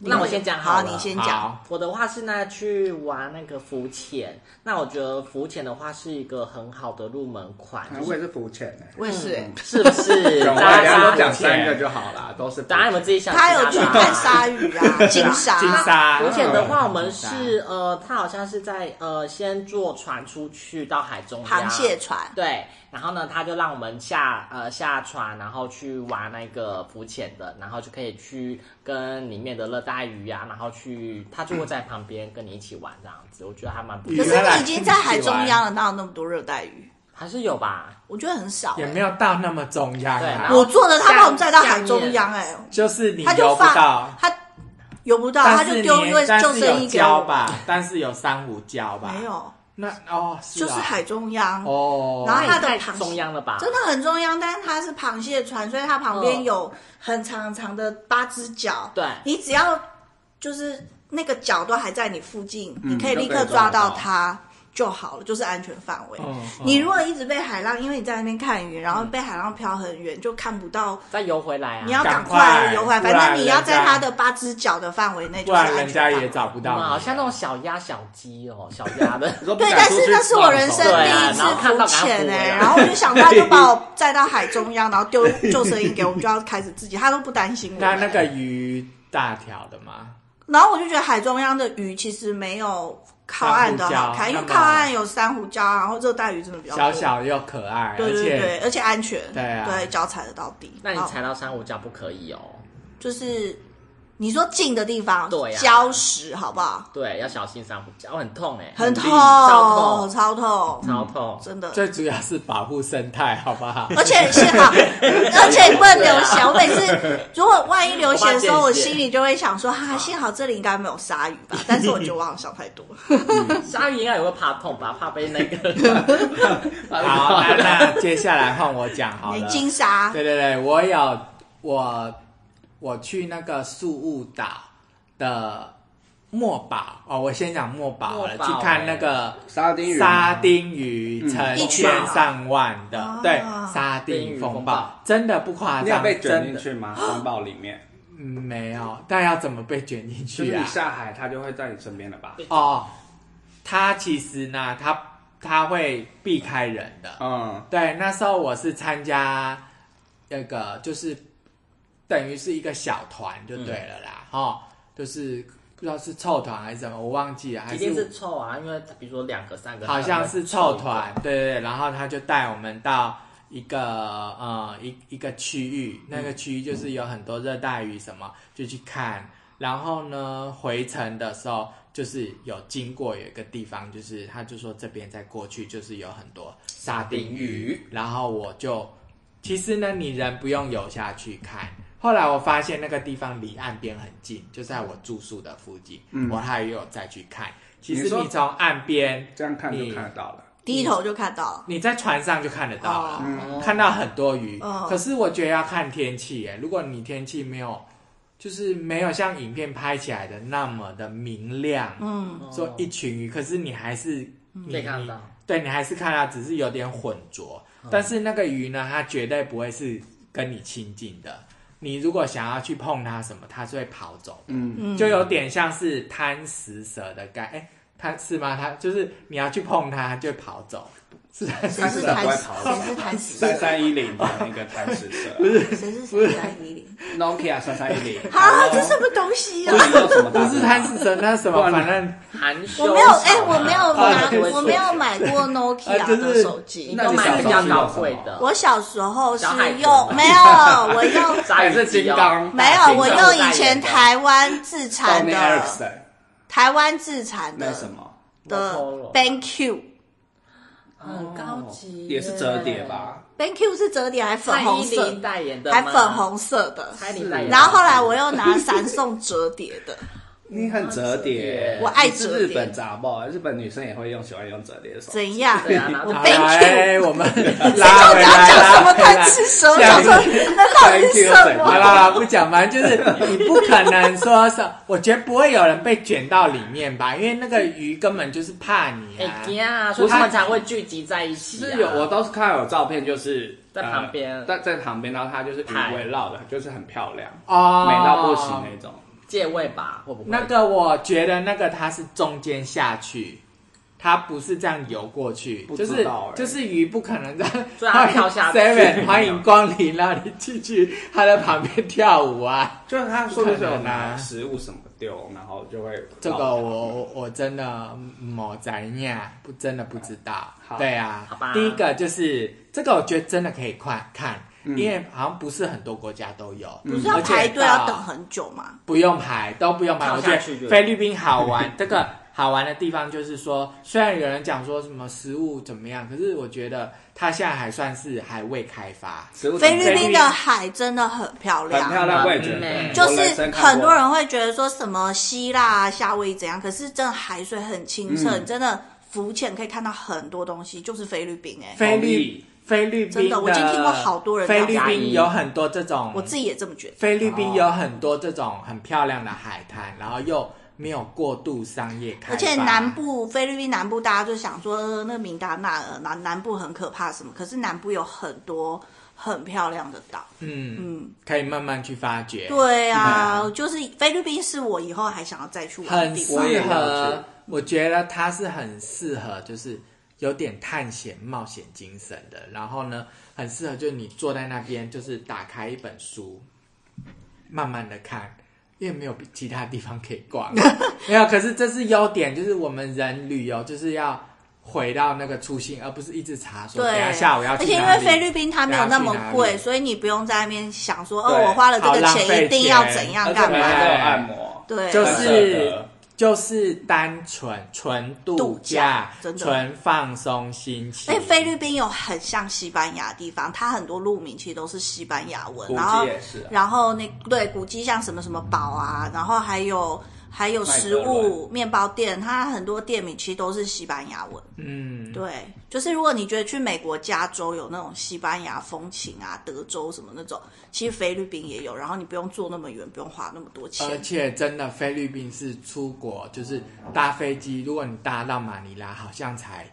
Speaker 5: 那我先讲
Speaker 1: 好，
Speaker 5: 了
Speaker 1: 你先讲。
Speaker 3: 好，
Speaker 5: 我的话是呢去玩那个浮潜，那我觉得浮潜的话是一个很好的入门款，
Speaker 4: 啊，
Speaker 5: 就是
Speaker 4: 我也是浮潜的，
Speaker 1: 我也是、欸，
Speaker 5: 是不 是？
Speaker 4: 讲
Speaker 5: 大家
Speaker 4: 大家
Speaker 5: 都讲
Speaker 4: 都讲
Speaker 5: 三
Speaker 4: 三个就好啦，都是浮潜
Speaker 5: 答案你们自己想。
Speaker 1: 他有去
Speaker 5: 其
Speaker 1: 看
Speaker 5: 答案
Speaker 1: 鲨鱼 啊，金鲨，
Speaker 3: 金沙
Speaker 5: 浮潜的话，我们是呃，它好像是在呃，先坐船出去到海中央，
Speaker 1: 螃蟹船
Speaker 5: 对，然后呢，他就让我们下呃下船，然后去玩那个浮潜的，然后就可以去跟里面的热带鱼啊呀、然后去他就会在旁边跟你一起玩这样子，我觉得还蛮不
Speaker 1: 可
Speaker 5: 错，
Speaker 1: 是你已经在海中央了，哪有那么多热带鱼？
Speaker 5: 还是有吧。
Speaker 1: 我觉得很少、
Speaker 3: 也没
Speaker 1: 有。
Speaker 3: 有到那么中央
Speaker 5: 对
Speaker 3: 啊
Speaker 5: 然，后
Speaker 1: 我坐的他把我们载到海中央、哎，
Speaker 3: 就是你
Speaker 1: 他
Speaker 3: 游
Speaker 1: 就
Speaker 3: 不
Speaker 1: 放
Speaker 3: 到，
Speaker 1: 他游不到，他
Speaker 3: 但
Speaker 1: 就是
Speaker 3: 你
Speaker 1: 丢，因为
Speaker 3: 但
Speaker 1: 救
Speaker 3: 是
Speaker 1: 生
Speaker 3: 有
Speaker 1: 衣给我
Speaker 3: 胶。吧，但是有珊瑚礁吧，
Speaker 1: 没有，
Speaker 3: 那哦，是
Speaker 1: 就
Speaker 3: 啊
Speaker 1: 是海中央，
Speaker 3: 哦，
Speaker 1: 然后它的
Speaker 5: 太
Speaker 1: 螃蟹
Speaker 5: 中央了吧？
Speaker 1: 真的很中央，但是它是螃蟹船，所以它旁边
Speaker 5: 嗯
Speaker 1: 有很长很长的八只脚。
Speaker 5: 对
Speaker 1: 你只要就是那个脚都还在你附近，
Speaker 4: 嗯
Speaker 1: 你可以立刻
Speaker 4: 就可以抓
Speaker 1: 到
Speaker 4: 到
Speaker 1: 它就好了，就是安全范围。
Speaker 3: 嗯嗯
Speaker 1: 你如果一直被海浪，因为你在那边看鱼，然后被海浪飘很远，就看不到。
Speaker 5: 再游回来啊！
Speaker 1: 你要赶
Speaker 3: 赶快
Speaker 1: 游回来，
Speaker 3: 不
Speaker 1: 反
Speaker 3: 然
Speaker 1: 正你要在
Speaker 3: 人家
Speaker 1: 它的八只脚的范围内，
Speaker 3: 不
Speaker 1: 就是安
Speaker 3: 然
Speaker 1: 全
Speaker 3: 人家
Speaker 1: 范围
Speaker 3: 也找不到你，
Speaker 5: 哇，好像那种小鸭、小鸡哦，小鸭的
Speaker 4: 你说不
Speaker 1: 对，
Speaker 4: 敢
Speaker 1: 但
Speaker 4: 出
Speaker 1: 是
Speaker 4: 去
Speaker 1: 那是我人生
Speaker 4: 放松
Speaker 5: 对
Speaker 1: 第
Speaker 5: 啊
Speaker 1: 一
Speaker 5: 然后
Speaker 1: 次
Speaker 5: 看到
Speaker 1: 浮
Speaker 5: 赶快
Speaker 1: 潜
Speaker 5: 扶
Speaker 1: 哎、
Speaker 5: 回来
Speaker 1: 然后我就想 他就把我载到海中央，然后丢 救生衣给我，我们就要开始自己，他都不担心我。
Speaker 3: 那那个鱼大条的
Speaker 1: 哦
Speaker 3: 嘛，
Speaker 1: 然后我就觉得海中央的鱼其实没有靠岸的好看，因
Speaker 3: 珊瑚礁
Speaker 1: 为
Speaker 3: 那么
Speaker 1: 靠岸有珊瑚礁，啊然后热带鱼真的比较多
Speaker 3: 小，小又可爱，
Speaker 1: 对对对，
Speaker 3: 而且
Speaker 1: 而且安全，
Speaker 3: 对啊
Speaker 1: 对，脚踩得到底。
Speaker 5: 那你
Speaker 1: 哦
Speaker 5: 踩到珊瑚礁不可以哦，
Speaker 1: 就是你说近的地方，
Speaker 5: 对啊
Speaker 1: 礁石好不好？
Speaker 5: 对，要小心珊瑚礁，很痛哎，
Speaker 1: 很
Speaker 5: 利
Speaker 1: 痛，
Speaker 5: 超痛，
Speaker 1: 超痛，
Speaker 5: 超痛，
Speaker 1: 真的。
Speaker 3: 最主要是保护生态，好不好？
Speaker 1: 而且幸好，而且不能流血。我每次如果万一流血的时候，
Speaker 5: 我怕见血
Speaker 1: 我心里就会想说，哈、幸好这里应该没有鲨鱼吧。但是我觉得我好像想太多。
Speaker 5: 鲨鱼应该也会怕痛吧，怕被那个。
Speaker 3: 好，那那接下来换我讲好
Speaker 1: 你
Speaker 3: 了。
Speaker 1: 金
Speaker 5: 啊
Speaker 1: 鲨
Speaker 3: 对对对，我有我我去那个宿务岛的墨宝哦，我先讲墨宝好了，
Speaker 5: 墨宝
Speaker 3: 去看那个
Speaker 4: 沙丁鱼吗
Speaker 3: 沙丁鱼成
Speaker 1: 一群
Speaker 3: 千
Speaker 1: 啊
Speaker 3: 上万的，
Speaker 5: 嗯
Speaker 1: 哦
Speaker 3: 对
Speaker 5: 啊
Speaker 3: 沙丁鱼风
Speaker 5: 风暴
Speaker 3: 暴，真的不夸
Speaker 4: 你要
Speaker 3: 张，
Speaker 4: 被啊卷
Speaker 3: 真
Speaker 4: 进
Speaker 3: 的
Speaker 4: 去吗？风暴里面，
Speaker 3: 嗯没有，但要怎么被卷进
Speaker 4: 就
Speaker 3: 去
Speaker 4: 是
Speaker 3: 啊
Speaker 4: 你？下海，它就会在你身边了吧？
Speaker 3: 哦，它其实呢，它它会避开人的，
Speaker 4: 嗯，
Speaker 3: 对，那时候我是参加那个，就是等于是一个小团就对了啦，哈、就是不知道是凑团还是什么，我忘记了，还
Speaker 5: 一定是臭啊，因为比如说两个、三个，
Speaker 3: 好像是
Speaker 5: 臭
Speaker 3: 凑团，对对对，然后他就带我们到一个呃一一个区域，那个区域就是有很多热带鱼什么，就去看。然后呢，回程的时候就是有经过有一个地方，就是他就说这边再过去就是有很多沙丁
Speaker 5: 丁鱼
Speaker 3: 鱼，然后我就其实呢，你人不用游下去看，后来我发现那个地方离岸边很近，就在我住宿的附近。我还有再去看。其实
Speaker 4: 你说
Speaker 3: 你从岸边
Speaker 4: 这样看就
Speaker 3: 你
Speaker 4: 看得到了。
Speaker 1: 低头就看到了。
Speaker 3: 你在船上就看得到了，
Speaker 1: 哦
Speaker 3: 看到很多鱼。
Speaker 1: 嗯
Speaker 3: 可是我觉得要看天气耶，如果你天气没有，就是没有像影片拍起来的那么的明亮，
Speaker 1: 嗯，
Speaker 3: 说一群鱼，可是你还是你
Speaker 5: 被看到哦
Speaker 3: 你对你还是看到，只是有点混浊。但是那个鱼呢，它绝对不会是跟你亲近的。你如果想要去碰它什么，它是会跑走的，
Speaker 4: 嗯，
Speaker 1: 嗯
Speaker 3: 就有点像是贪食蛇的概，哎，它是吗？它就是你要去碰它，它就会跑走，是 贪食
Speaker 1: 谁是
Speaker 3: 蛇
Speaker 1: 弹
Speaker 4: 不会
Speaker 1: 死
Speaker 4: 跑？
Speaker 1: 谁是弹死
Speaker 4: 三
Speaker 1: 蛇？
Speaker 4: 三一零的那个贪食 蛇
Speaker 1: 谁是谁三一零？
Speaker 4: 啊，Nokia 三三一零，
Speaker 1: 啊，这什么东西
Speaker 4: 不
Speaker 1: 啊？
Speaker 4: 知道什么大
Speaker 3: 不
Speaker 4: 哥
Speaker 3: 是贪食蛇，那是什
Speaker 4: 不
Speaker 3: 么
Speaker 4: 然呢
Speaker 3: 反正
Speaker 5: 含羞
Speaker 1: 我没
Speaker 5: 草啊。
Speaker 1: 有，哎、我没有拿，
Speaker 5: 啊对
Speaker 1: 我没有买过 Nokia 的手机。
Speaker 5: 你
Speaker 4: 那
Speaker 5: 都
Speaker 4: 你
Speaker 5: 买比
Speaker 4: 小时
Speaker 5: 较
Speaker 4: 候
Speaker 5: 高贵的，
Speaker 1: 我小时候是
Speaker 5: 小海豚
Speaker 1: 用没有，我用
Speaker 5: 鲨鱼
Speaker 4: 也是
Speaker 5: 机
Speaker 4: 金
Speaker 5: 哦
Speaker 4: 刚，
Speaker 1: 没有，我
Speaker 5: 大
Speaker 1: 用
Speaker 5: 型的
Speaker 1: 以前台湾自产
Speaker 4: Sony
Speaker 1: 的
Speaker 4: Ericsson
Speaker 1: 台湾自产
Speaker 4: 那
Speaker 1: 的
Speaker 4: 什么
Speaker 1: 的
Speaker 5: Motorola
Speaker 1: BenQ。
Speaker 5: 很高级耶，
Speaker 4: 也是折叠
Speaker 1: 嗯
Speaker 4: 吧？
Speaker 1: BenQ 是折叠还粉
Speaker 5: 蔡
Speaker 1: 红
Speaker 5: 依
Speaker 1: 色
Speaker 5: 林，代言的吗
Speaker 1: 还粉，红色的。
Speaker 5: 蔡依林代言的。
Speaker 1: 然后后来我又拿闪送折叠的，
Speaker 4: 你很折叠，
Speaker 5: 我
Speaker 1: 爱
Speaker 4: 你是
Speaker 1: 折叠
Speaker 4: 日本杂报，日本女生也会用，喜欢用折叠的手机。
Speaker 1: 怎样？
Speaker 5: 对啊然后
Speaker 1: 我
Speaker 5: 他
Speaker 3: 好
Speaker 1: BenQ。
Speaker 3: 来，我们
Speaker 1: 谁叫
Speaker 3: 拉
Speaker 1: 你
Speaker 3: 回
Speaker 1: 要
Speaker 3: 来，
Speaker 1: 讲什
Speaker 3: 拉
Speaker 1: 么
Speaker 3: 回来
Speaker 1: 贪。吃蛇？我
Speaker 3: 下
Speaker 1: 想
Speaker 3: 一
Speaker 1: 说那到底是什
Speaker 3: 好
Speaker 1: 么？
Speaker 3: 啦，好啦不讲，反正就是你不可能说是，我觉得不会有人被卷到里面吧，因为那个鱼根本就是怕你啊
Speaker 5: 哎。呀，所以他们才会聚集在一起啊。
Speaker 4: 是有，我都是看到有照片，就是
Speaker 5: 在
Speaker 4: 呃
Speaker 5: 旁边
Speaker 4: 在在旁边，然后它就是
Speaker 5: 海
Speaker 4: 鱼围绕的，就是很漂亮，
Speaker 3: 哦，
Speaker 4: 美到不行那种。
Speaker 5: 借位吧，会不会？
Speaker 3: 那个我觉得那个它是中间下去，它不是这样游过去，
Speaker 4: 不
Speaker 3: 就
Speaker 4: 知
Speaker 3: 是
Speaker 4: 道欸
Speaker 3: 就是鱼不可能这样。
Speaker 5: 所以它跳下 去
Speaker 3: Seven，欢迎光临，让你进去，它在旁边跳舞啊。
Speaker 4: 就是它说的是有
Speaker 3: 不可能啊
Speaker 4: 拿食物什么丢，然后就会
Speaker 3: 这个我我我真的某在呀，不真的不知道
Speaker 4: 好。
Speaker 3: 对啊
Speaker 5: 好吧，
Speaker 3: 第一个就是这个，我觉得真的可以快看，
Speaker 5: 嗯
Speaker 3: 因为好像不是很多国家都有，
Speaker 1: 不是
Speaker 3: 而
Speaker 1: 要
Speaker 3: 且
Speaker 1: 排队要
Speaker 3: 到
Speaker 1: 等很久吗？
Speaker 3: 不用排，都不用排。
Speaker 5: 跳
Speaker 3: 我觉得
Speaker 5: 下去就有
Speaker 3: 菲律宾好 玩，这个好玩的地方就是说，虽然有人讲说什么食物怎么样，可是我觉得它现在还算是还未开发。
Speaker 4: 食物
Speaker 1: 菲律宾的
Speaker 4: 很
Speaker 1: 海真的很漂亮，
Speaker 4: 啊漂亮，我也觉
Speaker 5: 很
Speaker 4: 得
Speaker 5: 美
Speaker 1: 就是很多。人会觉得说什么希腊、啊、夏威夷怎样，可是真的海水很清澈，
Speaker 4: 嗯
Speaker 1: 你真的浮潜可以看到很多东西，就是菲律宾哎、
Speaker 3: 菲
Speaker 4: 同
Speaker 3: 律
Speaker 4: 意
Speaker 3: 菲律宾
Speaker 1: 真的我已经听过好多人这
Speaker 3: 菲
Speaker 1: 样
Speaker 3: 律
Speaker 1: 讲
Speaker 3: 宾有很多这种，
Speaker 1: 我自己也这么觉得。
Speaker 3: 菲律宾有很多这种很漂亮的海滩，然后又没有过度商业开发，
Speaker 1: 而且南部菲律宾南部大家就想说呃那个明达纳尔南南部很可怕什么，可是南部有很多很漂亮的岛。
Speaker 3: 嗯，
Speaker 1: 嗯，
Speaker 3: 可以慢慢去发掘。
Speaker 1: 对啊，就是菲律宾是我以后还想要再去玩的
Speaker 3: 很
Speaker 1: 啊地
Speaker 3: 适
Speaker 1: 方。
Speaker 4: 也要
Speaker 3: 合
Speaker 4: 去，
Speaker 3: 我觉得它是很适合，就是有点探险冒险精神的。然后呢，很适合就是你坐在那边，就是打开一本书，慢慢的看，因为没有其他地方可以 逛。没有，可是这是优点，就是我们人旅游就是要。回到那个初心，而不是一直查说，等一下
Speaker 1: 对，
Speaker 3: 下午要
Speaker 1: 而
Speaker 3: 去
Speaker 1: 且因
Speaker 3: 哪
Speaker 1: 为
Speaker 3: 里
Speaker 1: 菲律宾它没有那么
Speaker 3: 等一下去哪
Speaker 1: 贵，
Speaker 3: 里
Speaker 1: 所以你不用在那边想说，哦，
Speaker 4: 对
Speaker 1: 我花了这
Speaker 3: 好
Speaker 1: 个
Speaker 3: 浪费
Speaker 1: 一定要
Speaker 3: 钱
Speaker 1: 怎样
Speaker 4: 而且
Speaker 1: 干
Speaker 4: 每天都有
Speaker 1: 嘛。
Speaker 4: 按摩，
Speaker 1: 对，
Speaker 3: 就
Speaker 4: 很舍
Speaker 3: 是
Speaker 4: 得
Speaker 3: 就是单纯纯度
Speaker 1: 度假
Speaker 3: 假，
Speaker 1: 真的
Speaker 3: 纯放松心情。
Speaker 1: 哎，菲律宾有很像西班牙的地方，它很多路名其实都是西班牙文，
Speaker 4: 古
Speaker 1: 然后
Speaker 4: 迹也是啊
Speaker 1: 然后那对古迹像什么什么堡啊，然后还有还有食物面包店，它很多店名其实都是西班牙文。
Speaker 3: 嗯，
Speaker 1: 对，就是如果你觉得去美国加州有那种西班牙风情啊，德州什么那种，其实菲律宾也有，然后你不用坐那么远，不用花那么多
Speaker 3: 而
Speaker 1: 钱。
Speaker 3: 且真的菲律宾是出国，就是搭飞机，如果你搭到马尼拉，好像才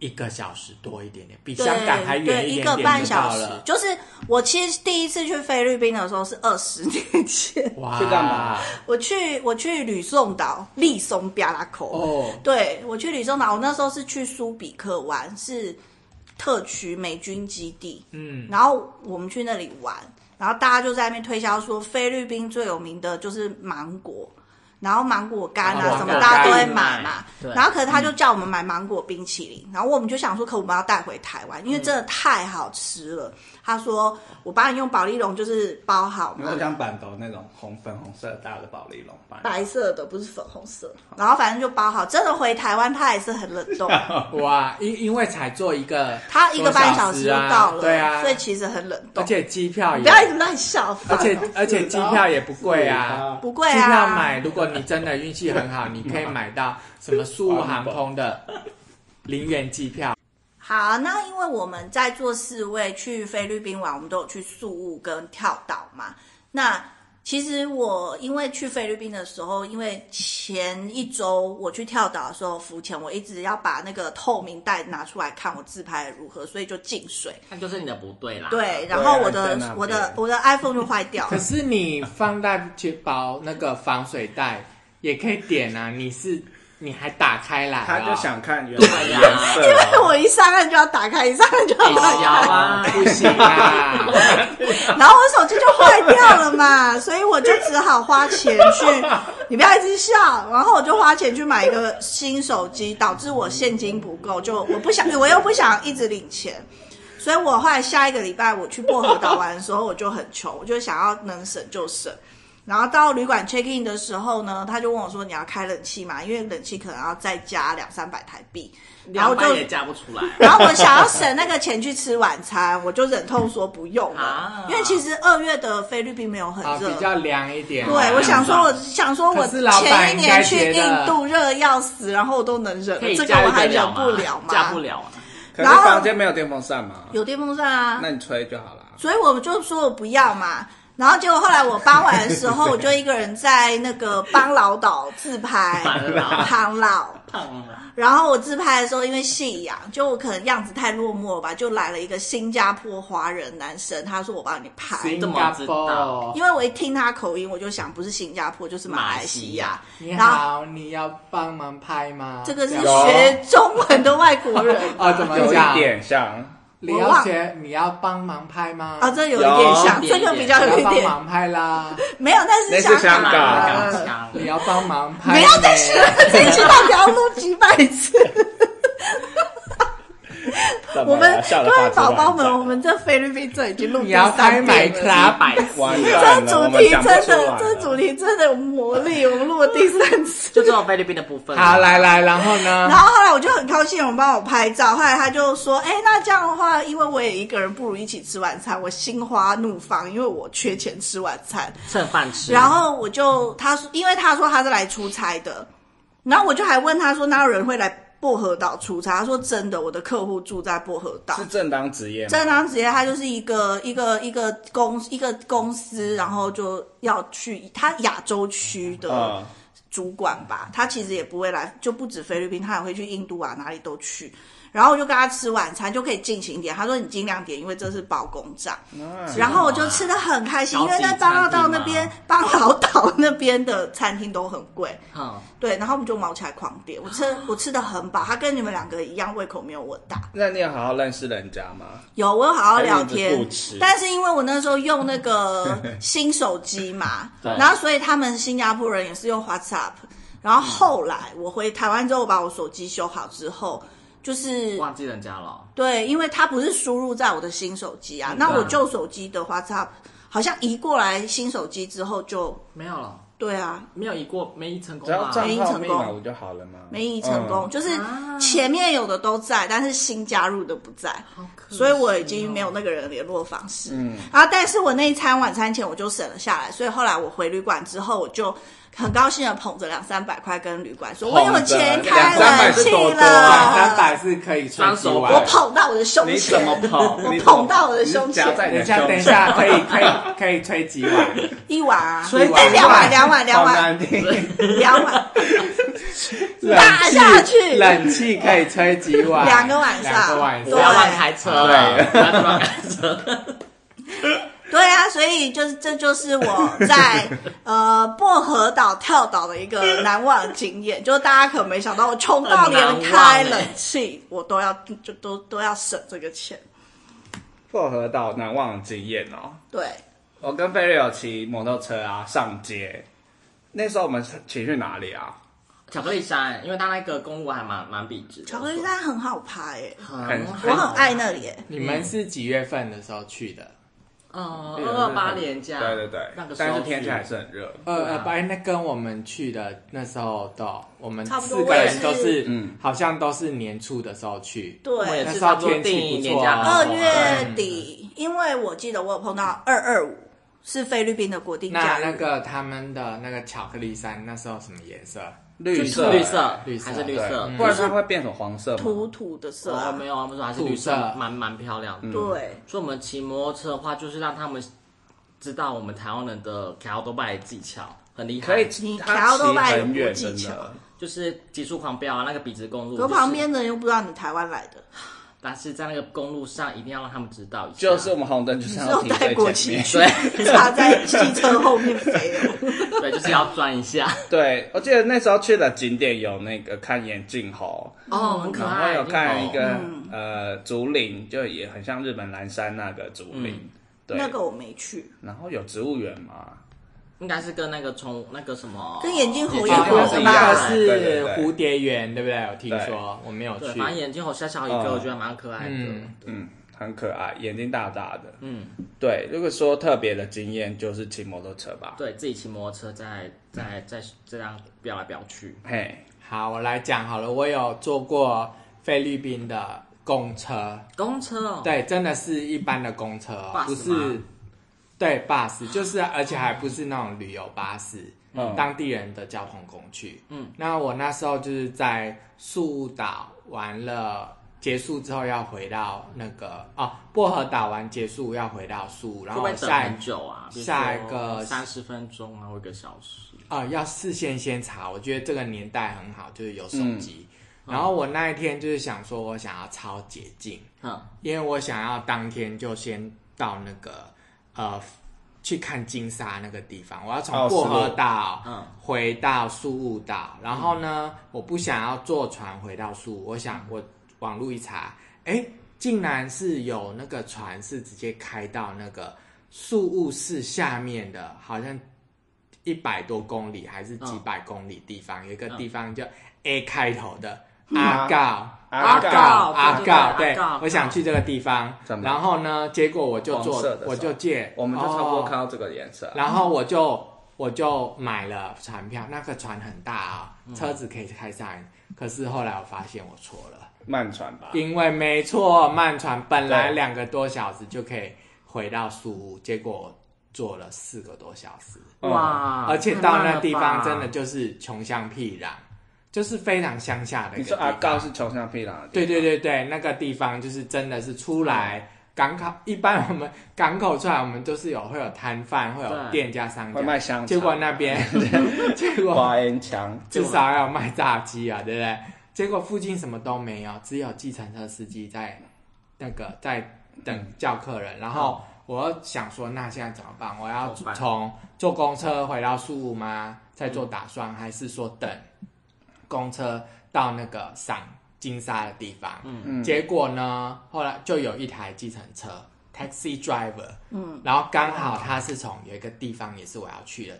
Speaker 3: 一个小时多一点点，比
Speaker 1: 对
Speaker 3: 香港还远
Speaker 1: 对，一
Speaker 3: 点
Speaker 1: 个半
Speaker 3: 点就
Speaker 1: 小
Speaker 3: 到
Speaker 1: 时
Speaker 3: 了。。
Speaker 1: 就是我其实第一次去菲律宾的时候是二十年前，
Speaker 3: 哇，
Speaker 4: 去干嘛？
Speaker 1: 我去我去吕宋岛利松比亚拉口，
Speaker 3: 哦，
Speaker 1: 对我去吕宋岛，我那时候是去苏比克湾，是特区美军基地，
Speaker 3: 嗯，
Speaker 1: 然后我们去那里玩，然后大家就在那边推销说菲律宾最有名的就是芒果，然后芒果干
Speaker 3: 芒
Speaker 1: 啊
Speaker 3: 果
Speaker 1: 什么，大家都会
Speaker 5: 干
Speaker 1: 买嘛。
Speaker 5: 对
Speaker 1: 然后可是他就叫我们买芒果冰淇淋，然后我们就想说，可我们要带回台湾，因为真的太好吃了。他说：“我帮你用保利龙就是包好
Speaker 4: 如
Speaker 1: 嘛
Speaker 4: 果，像板头那种红粉红色大的保利龙 吧，
Speaker 1: 白色的不是粉红色，然后反正就包好。真的回台湾，它也是很冷 冻，
Speaker 3: 哇，因因为才做一个，
Speaker 1: 它一个半小时就到了，
Speaker 3: 对啊，
Speaker 1: 所以其实很冷
Speaker 3: 而
Speaker 1: 冻。
Speaker 3: 且机票也
Speaker 1: 不要一直乱笑，
Speaker 3: 而且
Speaker 1: 烦
Speaker 3: 而且机票也不贵啊，
Speaker 1: 不贵啊
Speaker 3: 机票买，如果你真的运气很好，你可以买到什么苏航空的零元机票。
Speaker 1: 好，那因为我们在座四位去菲律宾玩，我们都有去宿务跟跳岛嘛。那其实我因为去菲律宾的时候，因为前一周我去跳岛的时候浮潜，我一直要把那个透明袋拿出来看我自拍如何，所以就进水。
Speaker 5: 那就是你的不对啦。
Speaker 1: 对，然后我
Speaker 4: 在
Speaker 1: 的、
Speaker 4: 那边
Speaker 1: 我的我的 iPhone 就坏掉
Speaker 3: 可
Speaker 1: 了。
Speaker 3: 是你放大去包那个防水袋也可以点啊，你是你还打开来、啊，
Speaker 4: 他就想看原来
Speaker 1: 啊
Speaker 4: 颜 色
Speaker 1: 因为
Speaker 4: 哦，
Speaker 1: 我一上岸就要打开，一上岸就
Speaker 4: 哎
Speaker 1: 要打开，
Speaker 5: 小啊，
Speaker 3: 不行啊，
Speaker 1: 然后我手机就坏掉了嘛，所以我就只好花钱去，你不要一直笑，然后我就花钱去买一个新手机，导致我现金不够，就我不想，我又不想一直领钱，所以我后来下一个礼拜我去薄荷岛玩的时候，我就很穷，我就想要能省就省。然后到旅馆 check in 的时候呢，他就问我说：“你要开冷气吗？因为冷气可能要再加两三百台币。”然后
Speaker 5: 两
Speaker 1: 我
Speaker 5: 百
Speaker 1: 就
Speaker 5: 也嫁不 出来啊。
Speaker 1: 然后我想要省那个钱去吃晚餐，我就忍痛说不用了，
Speaker 5: 啊
Speaker 1: 因为其实二月的菲律宾没有很
Speaker 3: 啊
Speaker 1: 热。
Speaker 3: 比较凉一点啊。
Speaker 1: 对，我想说，我想说，我
Speaker 3: 可是老板
Speaker 1: 前一年去
Speaker 3: 应该觉得
Speaker 1: 印度热得要死，然后我都能忍
Speaker 5: 可，以
Speaker 1: 这个
Speaker 5: 驾驭
Speaker 1: 我还
Speaker 5: 得
Speaker 1: 忍
Speaker 5: 吗
Speaker 1: 不了嘛。
Speaker 5: 驾不了啊！
Speaker 4: 可是房间没有电风扇嘛，
Speaker 1: 有电风扇啊，
Speaker 4: 那你吹就好了。
Speaker 1: 所以我就说我不要嘛。然后结果后来我搬完的时候，我就一个人在那个邦劳岛自 拍，
Speaker 5: 邦 劳
Speaker 1: 邦劳，
Speaker 5: 胖了，
Speaker 1: 然后我自拍的时候，因为信仰，就我可能样子太落寞了吧，就来了一个新加坡华人男生，他说我帮你拍。
Speaker 3: 新
Speaker 5: 怎
Speaker 3: 加
Speaker 5: 么知
Speaker 3: 坡
Speaker 5: 道，
Speaker 1: 因为我一听他口音，我就想不是新加坡就是马来西亚。
Speaker 3: 你
Speaker 1: 然后
Speaker 3: 好，你要帮忙拍吗？
Speaker 1: 这个是
Speaker 3: 样
Speaker 1: 学中文的外国人
Speaker 3: 啊，怎么
Speaker 4: 有
Speaker 3: 讲
Speaker 4: 一？点像，
Speaker 3: 你
Speaker 1: 我
Speaker 3: 要
Speaker 1: 忘
Speaker 3: 学，你要帮忙拍吗？
Speaker 1: 啊，这有一点像，
Speaker 5: 有
Speaker 1: 这个比较有
Speaker 3: 你
Speaker 1: 一
Speaker 3: 要帮
Speaker 1: 点
Speaker 3: 忙拍啦，
Speaker 1: 没有，但
Speaker 4: 那
Speaker 1: 是
Speaker 4: 是香港
Speaker 5: 港
Speaker 1: 港。
Speaker 5: 腔
Speaker 3: 你要帮忙拍。
Speaker 1: 不要再 学了，这一句到底要录几百次？
Speaker 4: 怎么
Speaker 1: 我
Speaker 4: 了
Speaker 1: 们
Speaker 4: 笑得
Speaker 1: 各
Speaker 4: 发
Speaker 1: 位
Speaker 4: 出
Speaker 1: 宝
Speaker 4: 来
Speaker 1: 宝们，我们这菲律宾这已经录
Speaker 3: 你
Speaker 1: 第
Speaker 3: 要
Speaker 1: 三
Speaker 3: 拍买
Speaker 1: 遍了。
Speaker 5: 八
Speaker 3: club，
Speaker 5: 百
Speaker 4: 完
Speaker 5: 嗯
Speaker 1: 这
Speaker 4: 蛋了，我
Speaker 1: 主
Speaker 4: 们
Speaker 1: 题
Speaker 4: 讲
Speaker 1: 真
Speaker 4: 不出来
Speaker 1: 的
Speaker 4: 了，
Speaker 1: 这主题真的有魔力，我们录了第三 次。
Speaker 5: 就这种菲律宾的部 分。啊
Speaker 3: 好，来来，然后呢
Speaker 1: 然？后后来我就很高兴，有人帮我拍照。后来他就说：“哎，那这样的话，因为我也一个人，不如一起吃晚餐。”我心花怒放，因为我缺钱吃晚餐。
Speaker 5: 蹭饭吃。
Speaker 1: 然后我就他说，因为他说他是来出差的，然后我就还问他说：“哪有人会来薄荷岛出差？”他说：“真的，我的客户住在薄荷岛。”
Speaker 4: 是正当职业吗，
Speaker 1: 正当职业，他就是一个一个一个公一个公司，然后就要去他亚洲区的
Speaker 4: 嗯
Speaker 1: 主管吧，他其实也不会来，就不止菲律宾，他也会去印度啊，哪里都去。然后我就跟他吃晚餐，就可以尽情一点。他说你尽量点，因为这是包公账。然后我就吃的很开心，因为在巴劳岛那边、巴劳岛那边的餐厅都很贵。
Speaker 5: 嗯，
Speaker 1: 对，然后我们就毛起来狂点，我吃我吃的很饱，他跟你们两个一样，胃口没有我大。
Speaker 4: 那你有好好认识人家吗？
Speaker 1: 有，我有好好聊
Speaker 4: 还是你
Speaker 1: 天
Speaker 4: 不吃，
Speaker 1: 但是因为我那时候用那个新手机嘛，然后所以他们新加坡人也是用 WhatsApp。然后后来我回台湾之后，我把我手机修好之后，就是
Speaker 5: 忘记人家了。
Speaker 1: 对，因为它不是输入在我的新手机啊，那我旧手机的 WhatsApp 好像移过来新手机之后就
Speaker 5: 没有了，
Speaker 1: 对啊，
Speaker 5: 没有一过，没一成功
Speaker 4: 只要
Speaker 5: 吧？
Speaker 4: 账
Speaker 1: 没
Speaker 4: 号
Speaker 1: 成
Speaker 4: 密
Speaker 1: 功
Speaker 4: 码不就好了吗？
Speaker 1: 没移 E 成功，
Speaker 4: 嗯，
Speaker 1: 就是
Speaker 5: 啊
Speaker 1: 前面有的都在，但是新加入的不在。
Speaker 5: 好可惜哦
Speaker 1: 所以我已经没有那个人的联络方式。嗯，然后但是我那一餐晚餐钱我就省了下来，所以后来我回旅馆之后，我就很高兴的捧着两三百块跟旅馆说，我有钱开冷气
Speaker 4: 捧着两三百是多多
Speaker 3: 两
Speaker 4: 啊
Speaker 3: 三
Speaker 1: 了。
Speaker 3: 百是可以吹
Speaker 5: 双
Speaker 3: 几
Speaker 5: 手
Speaker 3: 晚
Speaker 1: 我捧到我的胸
Speaker 4: 你怎
Speaker 1: 前，
Speaker 4: 么
Speaker 1: 我
Speaker 4: 捧？你怎么
Speaker 1: 捧到我的胸
Speaker 4: 你夹
Speaker 1: 前，
Speaker 4: 在你
Speaker 3: 等
Speaker 4: 的
Speaker 3: 一下，
Speaker 4: 胸
Speaker 3: 等一
Speaker 4: 前，
Speaker 3: 下，可以可以可以吹几晚？
Speaker 1: 一碗啊，
Speaker 4: 吹
Speaker 1: 哎两碗，两碗，两
Speaker 4: 好
Speaker 1: 碗，
Speaker 4: 难听，
Speaker 1: 两 碗，
Speaker 4: 冷
Speaker 1: 打
Speaker 4: 气
Speaker 1: 下去，
Speaker 3: 冷气可以吹几晚？
Speaker 1: 两个晚上
Speaker 3: 两个晚
Speaker 5: 不
Speaker 1: 对
Speaker 5: 要
Speaker 3: 上。
Speaker 5: 乱开车，啊
Speaker 4: 对
Speaker 5: 不要乱开车。
Speaker 1: 对啊，所以就是这就是我在呃薄荷岛跳岛的一个难忘的经验，就是大家可没想到，我穷到连开冷气我都要就都都要省这个钱。
Speaker 4: 薄荷岛难忘的经验哦。
Speaker 1: 对，
Speaker 4: 我跟菲瑞有骑摩托车啊上街，那时候我们是请去哪里啊？
Speaker 5: 巧克力山，因为它那个公路还蛮蛮笔直的，
Speaker 1: 巧克力山很好爬诶、
Speaker 5: 很好
Speaker 1: 嗯我很爱那里、欸。
Speaker 3: 你们是几月份的时候去的？
Speaker 5: 嗯，二二八连假，
Speaker 4: 对对对
Speaker 5: 那个，时候
Speaker 4: 但是天气
Speaker 5: 去
Speaker 4: 还是很热。
Speaker 5: 嗯
Speaker 3: 呃呃，白那跟我们去的那时候的，我们
Speaker 1: 差不多
Speaker 3: 四个
Speaker 1: 我
Speaker 3: 人
Speaker 1: 也是
Speaker 3: 都是，
Speaker 4: 嗯
Speaker 3: 好像都是年初的时候去。
Speaker 5: 我
Speaker 1: 对，
Speaker 5: 也是
Speaker 3: 那时候
Speaker 5: 差不多
Speaker 3: 天气
Speaker 5: 定
Speaker 3: 不
Speaker 5: 年
Speaker 3: 错
Speaker 5: 假
Speaker 3: 啊
Speaker 5: 后
Speaker 4: 哦
Speaker 1: 二
Speaker 5: 啊
Speaker 1: 月底，因为我记得我有碰到二二五是菲律宾的国定假
Speaker 3: 那
Speaker 5: 哦
Speaker 1: 日，
Speaker 3: 那个他们的那个巧克力山那时候什么颜色？
Speaker 4: 绿
Speaker 5: 对
Speaker 4: 色，
Speaker 5: 绿色
Speaker 3: 绿色
Speaker 5: 还是绿
Speaker 4: 对嗯
Speaker 5: 色，
Speaker 4: 不然它会变成黄色吗。
Speaker 1: 土土的色
Speaker 5: 哦
Speaker 1: 啊、
Speaker 5: 没有啊，我们说还是
Speaker 3: 土
Speaker 5: 绿色
Speaker 3: 色，
Speaker 5: 蛮蛮漂亮的。
Speaker 4: 嗯
Speaker 1: 对，
Speaker 5: 所以我们骑摩托车的话，就是让他们知道我们台湾人的卡奥多拜的技巧很厉害，
Speaker 4: 可以，
Speaker 1: 你
Speaker 4: 它
Speaker 1: 调
Speaker 4: 骑
Speaker 1: 都卖
Speaker 4: 很
Speaker 1: 有
Speaker 4: 远，
Speaker 1: 技
Speaker 4: 真
Speaker 1: 巧
Speaker 4: 的。
Speaker 5: 就是急速狂飙啊，那个笔直公路、
Speaker 1: 可旁，边的人又不知道你台湾来的，
Speaker 5: 但是在那个公路上一定要让他们知道一下，
Speaker 4: 就是我们红灯就是
Speaker 1: 只
Speaker 4: 要
Speaker 1: 有
Speaker 4: 停
Speaker 1: 带
Speaker 4: 最
Speaker 1: 国
Speaker 4: 前
Speaker 1: 旗
Speaker 4: 面。
Speaker 1: 去，插在汽车后面飞了。
Speaker 5: 对，就是要钻一下，
Speaker 4: 对，我记得那时候去的景点有那个看眼镜猴，
Speaker 5: 哦，很可
Speaker 4: 然后
Speaker 5: 爱，
Speaker 4: 有看一
Speaker 5: 哦
Speaker 4: 个呃竹林，就也很像日本蓝山那个竹林。对，
Speaker 1: 那个我没去，
Speaker 4: 然后有植物园嘛，
Speaker 5: 应该是跟那个虫那个什么，
Speaker 1: 跟眼镜猴一
Speaker 5: 眼
Speaker 1: 样
Speaker 5: 镜猴
Speaker 3: 那个
Speaker 5: 是啊一
Speaker 3: 那
Speaker 5: 样
Speaker 3: 个
Speaker 5: 的，
Speaker 4: 对
Speaker 3: 是
Speaker 4: 对对
Speaker 3: 蝴蝶园，对不对？我听
Speaker 4: 对
Speaker 3: 说，我没有
Speaker 5: 对，
Speaker 3: 去啊
Speaker 5: 反。正眼镜猴小小一
Speaker 4: 嗯
Speaker 5: 个，我觉得蛮可爱的，
Speaker 3: 嗯
Speaker 4: 嗯，很可爱，眼睛大大的。
Speaker 5: 嗯，
Speaker 4: 对，如果说特别的经验，就是骑摩托车吧。
Speaker 5: 对自己骑摩托车在在在这样飙来飙去，
Speaker 4: 嘿，
Speaker 3: 好，我来讲好了，我有坐过菲律宾的公车，
Speaker 5: 公车哦，
Speaker 3: 对，真的是一般的公车哦，
Speaker 5: Bus
Speaker 3: 不
Speaker 5: 吗
Speaker 3: 是，对，bus 就是，而且还不是那种旅游巴士，
Speaker 4: 嗯
Speaker 3: 当地人的交通工具。
Speaker 5: 嗯，
Speaker 3: 那我那时候就是在宿岛玩了，结束之后要回到那个哦，薄荷岛玩结束要回到宿，然
Speaker 5: 会不
Speaker 3: 后
Speaker 5: 会等
Speaker 3: 下一
Speaker 5: 很久啊？
Speaker 3: 下一个
Speaker 5: 三十分钟啊，或一个小时。
Speaker 3: 啊、要事先先查。我觉得这个年代很好，就是有手机。然后我那一天就是想说，我想要超捷径，
Speaker 5: 嗯，
Speaker 3: 因为我想要当天就先到那个呃去看金沙那个地方，我要从
Speaker 4: 哦
Speaker 3: 薄荷
Speaker 4: 是的
Speaker 3: 岛、
Speaker 5: 嗯
Speaker 3: 回到宿务岛，然后呢，我不想要坐船回到宿务，我想我网路一查，哎，竟然是有那个船是直接开到那个宿务市下面的，好像一百多公里还是几百公里地方，有一个地方叫 A 开头的。阿告，
Speaker 4: 阿
Speaker 3: 告，
Speaker 4: 告
Speaker 3: 阿告，
Speaker 5: 嗯对对对
Speaker 3: 对
Speaker 5: 阿告，
Speaker 3: 我想去这个地方
Speaker 4: 怎。么了
Speaker 3: 然后呢，结果我就
Speaker 4: 黄
Speaker 3: 坐
Speaker 4: 色的，
Speaker 3: 我就借，
Speaker 4: 我们就差不多
Speaker 3: 哦
Speaker 4: 看到这个颜色。
Speaker 3: 然后我就我就买了船票，那个船很大啊、车子可以开上来。可是后来我发现我错了，
Speaker 4: 慢船吧，
Speaker 3: 因为没错，慢船本来
Speaker 4: 对
Speaker 3: 两个多小时就可以回到宿屋，结果我坐了四个多小时，
Speaker 4: 嗯
Speaker 5: 哇！
Speaker 3: 而且到那地方
Speaker 5: 啊太慢了吧
Speaker 3: 真的就是穷乡僻壤，就是非常乡下的一
Speaker 4: 你
Speaker 3: 个地
Speaker 4: 说阿
Speaker 3: 方。
Speaker 4: 高是穷乡僻壤的地方
Speaker 3: 对对，对对，那个地方就是真的是出来
Speaker 4: 嗯
Speaker 3: 港口，一般我们港口出来，我们都是有会有摊贩，会有
Speaker 5: 对
Speaker 3: 店家商
Speaker 4: 会
Speaker 3: 家
Speaker 4: 卖香肠，啊
Speaker 3: 结果那 边，结果
Speaker 4: 花烟枪，
Speaker 3: 至少要卖炸鸡啊，对不对？结果附近什么都没有，只有计程车司机在那个在等叫客人。然后我又想说，那现在嗯怎么办？我要
Speaker 5: 怎么办
Speaker 3: 从坐公车回到宿务吗？再做打算，还是说等公车到那个赏金沙的地方？
Speaker 4: 嗯
Speaker 3: 结果呢，后来就有一台计程车 taxi driver，嗯，然后刚好他是从有一个地方也是我要去的，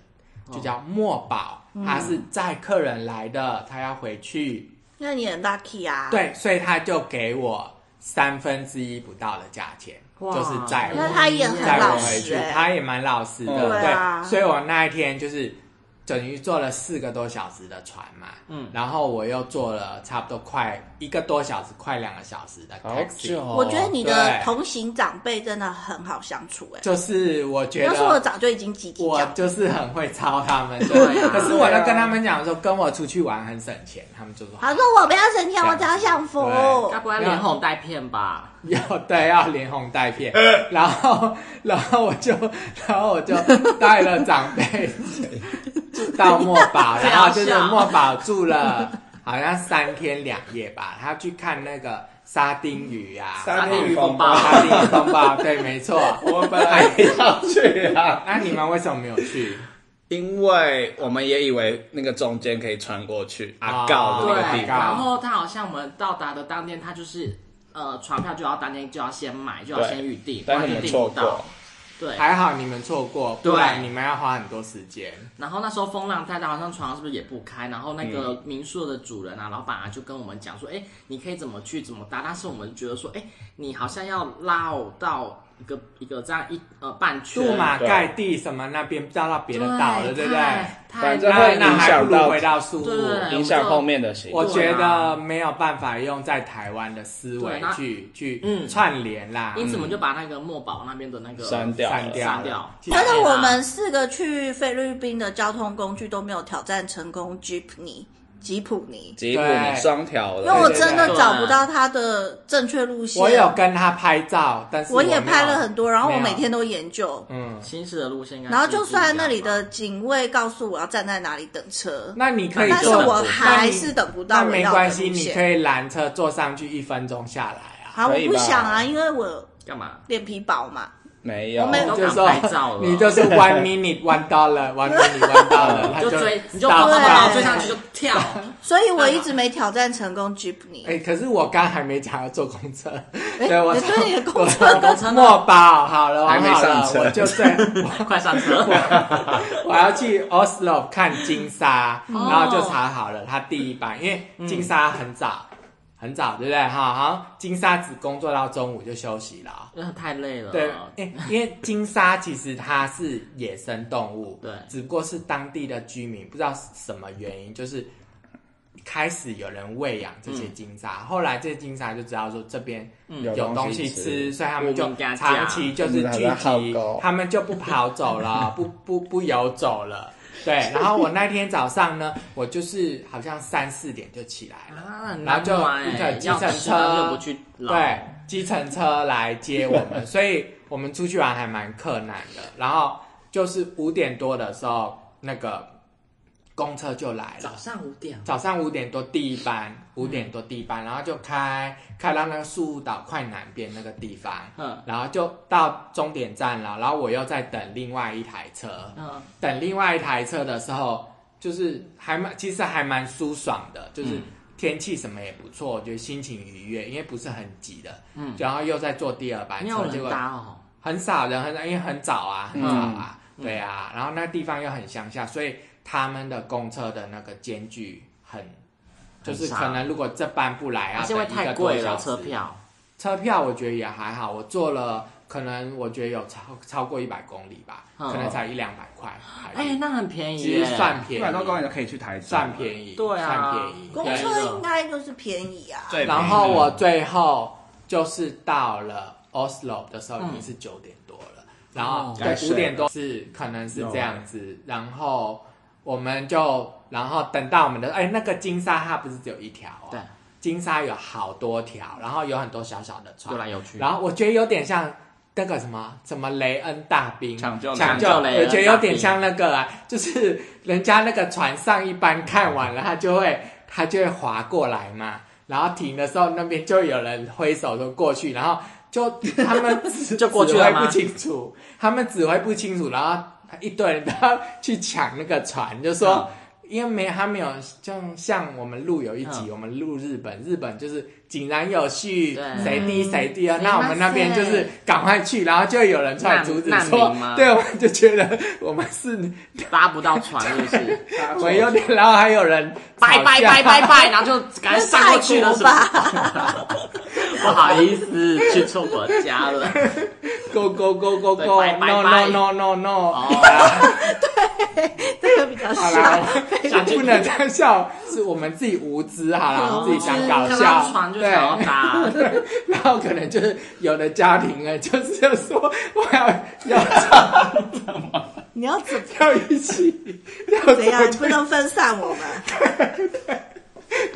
Speaker 3: 就叫墨宝，他是载客人来的，他要回去，
Speaker 1: 那你很 lucky 啊！，
Speaker 3: 对，所以他就给我三分之一不到的价钱，
Speaker 5: 哇
Speaker 3: 就是载
Speaker 1: 那
Speaker 3: 我
Speaker 1: 他也很
Speaker 3: 载
Speaker 1: 老
Speaker 3: 我回
Speaker 1: 实
Speaker 3: 去
Speaker 1: 哎、，
Speaker 3: 他也蛮老实的，
Speaker 4: 嗯
Speaker 1: 对啊
Speaker 3: 所以我那一天就是。等于坐了四个多小时的船嘛，嗯，然后我又坐了差不多快一个多小时，快两个小时的
Speaker 4: 好
Speaker 3: taxi，
Speaker 4: 久哦。
Speaker 1: 我觉得你的
Speaker 3: 对
Speaker 1: 同行长辈真的很好相处哎、
Speaker 3: 就是我觉
Speaker 1: 要是我
Speaker 3: 得
Speaker 1: 早就已经挤挤
Speaker 3: 我
Speaker 1: 讲，
Speaker 3: 就是很会操他们的，
Speaker 5: 对啊
Speaker 3: 可是我都跟他们讲说，跟我出去玩很省钱，他们就说
Speaker 1: 他说我不要省钱，我只要享福。
Speaker 3: 对
Speaker 5: 该不会连哄带骗吧？
Speaker 3: 要对要连哄带 骗，
Speaker 4: 呃
Speaker 3: 然后然后我就然后我就带了长辈就到墨 宝，然后就是墨宝住了好像三天两夜吧，他去看那个沙丁鱼啊，
Speaker 4: 沙
Speaker 5: 丁
Speaker 4: 丁
Speaker 5: 鱼
Speaker 4: 鱼
Speaker 5: 风
Speaker 4: 风
Speaker 5: 暴
Speaker 4: 暴，
Speaker 3: 沙丁鱼风 暴，对，没错。
Speaker 4: 我本
Speaker 3: 哎
Speaker 4: 来也要去啊，
Speaker 3: 那你们为什么没有去？
Speaker 4: 因为我们也以为那个中间可以穿过去阿高的那个
Speaker 3: 对
Speaker 4: 地方，
Speaker 5: 然后他好像我们到达的当天，他就是呃，船票就要当天就要先买，就要
Speaker 4: 对
Speaker 5: 先预定，不
Speaker 4: 但
Speaker 5: 然
Speaker 4: 是
Speaker 5: 就
Speaker 4: 我们
Speaker 5: 订不
Speaker 4: 错
Speaker 5: 到
Speaker 4: 过。。
Speaker 5: 对，
Speaker 3: 还好你们错过，不
Speaker 5: 对
Speaker 3: 然你们要花很多时间。
Speaker 5: 然后那时候风浪太大，好像船是不是也不开？然后那个民宿的主人啊，老板啊，就跟我们讲说，哎，你可以怎么去怎么搭，但是我们觉得说，哎，你好像要拉我到一个一个这样一呃半圈，
Speaker 3: 杜马盖地什么那边绕到别的岛了，对不对？
Speaker 5: 太太
Speaker 4: 反正
Speaker 3: 那
Speaker 4: 会
Speaker 3: 那
Speaker 4: 影
Speaker 3: 还
Speaker 4: 响
Speaker 3: 不如
Speaker 4: 到
Speaker 3: 回到宿
Speaker 5: 对对
Speaker 3: 务
Speaker 5: 对。
Speaker 4: 影响后面的行
Speaker 3: 我
Speaker 4: 程。
Speaker 1: 啊
Speaker 3: 觉得没有办法用在台湾的思维
Speaker 5: 对那
Speaker 3: 去去
Speaker 5: 嗯
Speaker 3: 串联啦。嗯
Speaker 5: 因此我们就把那个墨宝那边的那个
Speaker 4: 删掉
Speaker 3: 删掉，
Speaker 5: 删掉
Speaker 3: 其实
Speaker 1: 但是我们四个去菲律宾的交通工具都没有挑战成功吉普尼，吉普尼，
Speaker 4: 吉普
Speaker 3: 对
Speaker 4: 你双条
Speaker 1: 因
Speaker 4: 的，
Speaker 1: 为我
Speaker 3: 对对
Speaker 1: 真的
Speaker 5: 对
Speaker 1: 找不到它的正确路线。
Speaker 3: 我有跟他拍照，但是
Speaker 1: 我
Speaker 3: 没
Speaker 1: 也
Speaker 3: 有
Speaker 1: 拍了很多，然后
Speaker 3: 没
Speaker 1: 我
Speaker 3: 有
Speaker 1: 每天都研究，
Speaker 3: 嗯。
Speaker 5: 行驶的路线应该是
Speaker 1: 然后就算那里
Speaker 5: 不一样
Speaker 1: 的警卫告诉我要站在哪里等车，
Speaker 3: 那你可以
Speaker 1: 但是
Speaker 3: 坐，
Speaker 1: 我
Speaker 3: 那你
Speaker 1: 还是等不到
Speaker 3: 那
Speaker 1: 我
Speaker 3: 没
Speaker 1: 要
Speaker 3: 关
Speaker 1: 的
Speaker 3: 系，
Speaker 1: 路
Speaker 3: 你
Speaker 1: 线。
Speaker 3: 可以拦车坐上去，一分钟下来啊。
Speaker 1: 好，我
Speaker 4: 可以
Speaker 1: 不
Speaker 4: 吧
Speaker 1: 想啊，因为我
Speaker 5: 吧干嘛？
Speaker 1: 脸皮薄嘛。
Speaker 4: 没有
Speaker 1: 我们
Speaker 5: 都
Speaker 3: 就
Speaker 5: 敢
Speaker 3: 说
Speaker 5: 拍照了，
Speaker 3: 你就是 one minute one dollar one minute one dollar，他
Speaker 5: 你就追，你就
Speaker 3: 到
Speaker 5: 跑跑
Speaker 1: 对
Speaker 5: 跑追上去就跳，
Speaker 1: 所以我一直没挑战成功吉普尼。
Speaker 3: 哎、可是我刚还没讲要坐公车，
Speaker 1: 哎
Speaker 3: 所以我
Speaker 1: 你说你的公车
Speaker 3: 我
Speaker 1: 公车呢
Speaker 3: 墨宝好了，我
Speaker 4: 还没
Speaker 3: 好了
Speaker 4: 上车
Speaker 3: 我就在
Speaker 5: 快上车！
Speaker 3: 我要去 Oslo 看金沙，然后就查好了，他第一班，因为金沙很早，很早，对不对？哈，好像金沙只工作到中午就休息了哦。
Speaker 5: 因为太累了。
Speaker 3: 对，因因为金鲨其实它是野生动物，
Speaker 5: 对
Speaker 3: 只不过是当地的居民不知道什么原因，就是开始有人喂养这些金
Speaker 5: 嗯
Speaker 3: 鲨，后来这些金鲨就知道说这边
Speaker 4: 有
Speaker 3: 有东
Speaker 4: 东
Speaker 3: 西
Speaker 4: 西
Speaker 3: 吃，
Speaker 4: 吃，
Speaker 3: 所以他们就
Speaker 5: 我们家家
Speaker 3: 长期就是聚
Speaker 4: 嗯好
Speaker 3: 集
Speaker 4: 狗，
Speaker 3: 他们就不跑走
Speaker 5: 嗯
Speaker 3: 了，不 不不游走了。对，然后我那天早上呢，我就是好像三四点就起来了，
Speaker 5: 啊，
Speaker 3: 然后就
Speaker 5: 难怪
Speaker 3: 对计
Speaker 5: 要
Speaker 3: 程
Speaker 5: 吃但是
Speaker 3: 车
Speaker 5: 又不去捞，
Speaker 3: 对，计程车来接我 们，所以我们出去玩还蛮困难的。然后就是五点多的时候，那个公车就来了
Speaker 5: 早。上嗯五点
Speaker 3: 早上五点多第一班，五点多第一班，然后就开开到那个树屋岛快南边那个地方，
Speaker 5: 嗯
Speaker 3: 然后就到终点站了，然后我又在等另外一台车，
Speaker 5: 嗯，
Speaker 3: 等另外一台车的时候，就是还蛮其实还蛮舒爽的，就是
Speaker 5: 嗯
Speaker 3: 天气什么也不错，我觉得心情愉悦，因为不是很挤的。
Speaker 5: 嗯
Speaker 3: 然后又在坐第二班
Speaker 5: 没
Speaker 3: 车
Speaker 5: 有，嗯
Speaker 3: 结
Speaker 5: 人
Speaker 3: 果
Speaker 5: 搭哦，
Speaker 3: 很少人，很因为很早啊，很早啊，对啊。然后那地方又很乡下，所以他们的公车的那个间距很，就是
Speaker 5: 很少
Speaker 3: 可能如果这班不来啊，
Speaker 5: 而且会
Speaker 3: 等一
Speaker 5: 太
Speaker 3: 个多
Speaker 5: 贵
Speaker 3: 小
Speaker 5: 了
Speaker 3: 时
Speaker 5: 车。票。
Speaker 3: 车票我觉得也还好，我坐了可能我觉得有超超过一百公里吧，
Speaker 5: 嗯
Speaker 3: 可能才一两百块台币。
Speaker 5: 哎，那很便宜
Speaker 3: 其实
Speaker 5: 耶，
Speaker 3: 算便宜，
Speaker 4: 就可以去台
Speaker 3: 算便宜，
Speaker 5: 对啊
Speaker 3: 算便宜。
Speaker 1: 公
Speaker 3: 对
Speaker 1: 车应该就是便宜啊。
Speaker 4: 宜
Speaker 3: 然后我最后就是到了 Oslo 的时候已经是九点多了，然后
Speaker 5: 哦
Speaker 3: 对
Speaker 4: 该睡
Speaker 3: 五
Speaker 4: 了
Speaker 3: 点多是可能是这样子，然后我们就然后等到我们的哎那个金沙它不是只有一条哦，
Speaker 5: 对，
Speaker 3: 金沙有好多条，然后有很多小小的船
Speaker 5: 游，来游去。
Speaker 3: 然后我觉得有点像那个什么什么雷恩大兵
Speaker 4: 抢救
Speaker 3: 抢救，
Speaker 5: 抢救雷恩
Speaker 3: 我觉得有点像那个、啊，就是人家那个船上一般看完了，他就会他就会划过来嘛，然后停的时候那边就有人挥手说过去，然后就他们指
Speaker 5: 就过去
Speaker 3: 指挥
Speaker 5: 了吗
Speaker 3: 不清楚，他们指挥不清楚，然后一堆人都要去抢那个船，就
Speaker 5: 嗯
Speaker 3: 说。因为没他没有像像我们录有一
Speaker 5: 嗯
Speaker 3: 集，我们录日本，日本就是井然有序，
Speaker 5: 对
Speaker 3: 谁第一谁第二，
Speaker 5: 嗯
Speaker 3: 那我们那边就是赶快去，然后就有人出来阻止
Speaker 5: 难
Speaker 3: 说
Speaker 5: 难民，吗
Speaker 3: 对，我们就觉得我们是，
Speaker 5: 搭不到船是不是？
Speaker 3: 我们有点，然后还有人
Speaker 5: 拜拜拜
Speaker 3: 吵
Speaker 5: 拜
Speaker 3: 架，
Speaker 5: 拜，然后就赶快上过去了，是吧？ 不好意思，去错国家 了。
Speaker 3: ，go go go go
Speaker 5: 对
Speaker 3: go
Speaker 5: 拜拜
Speaker 3: no
Speaker 5: 拜哦
Speaker 3: no no no no，
Speaker 1: 这个比较
Speaker 3: 好啦
Speaker 1: 像。，
Speaker 5: 想 去
Speaker 3: 不能这样笑，是我们自己无知，好啦，
Speaker 5: 哦
Speaker 3: 我们自己想搞笑，
Speaker 5: 船就
Speaker 3: 对
Speaker 5: 想要搭，
Speaker 3: 然后可能就是有的家庭呢，就是就说我要要吵
Speaker 1: 你要 怎
Speaker 3: 要一起，要
Speaker 1: 怎样？你
Speaker 3: 怎
Speaker 1: 不能分散我们。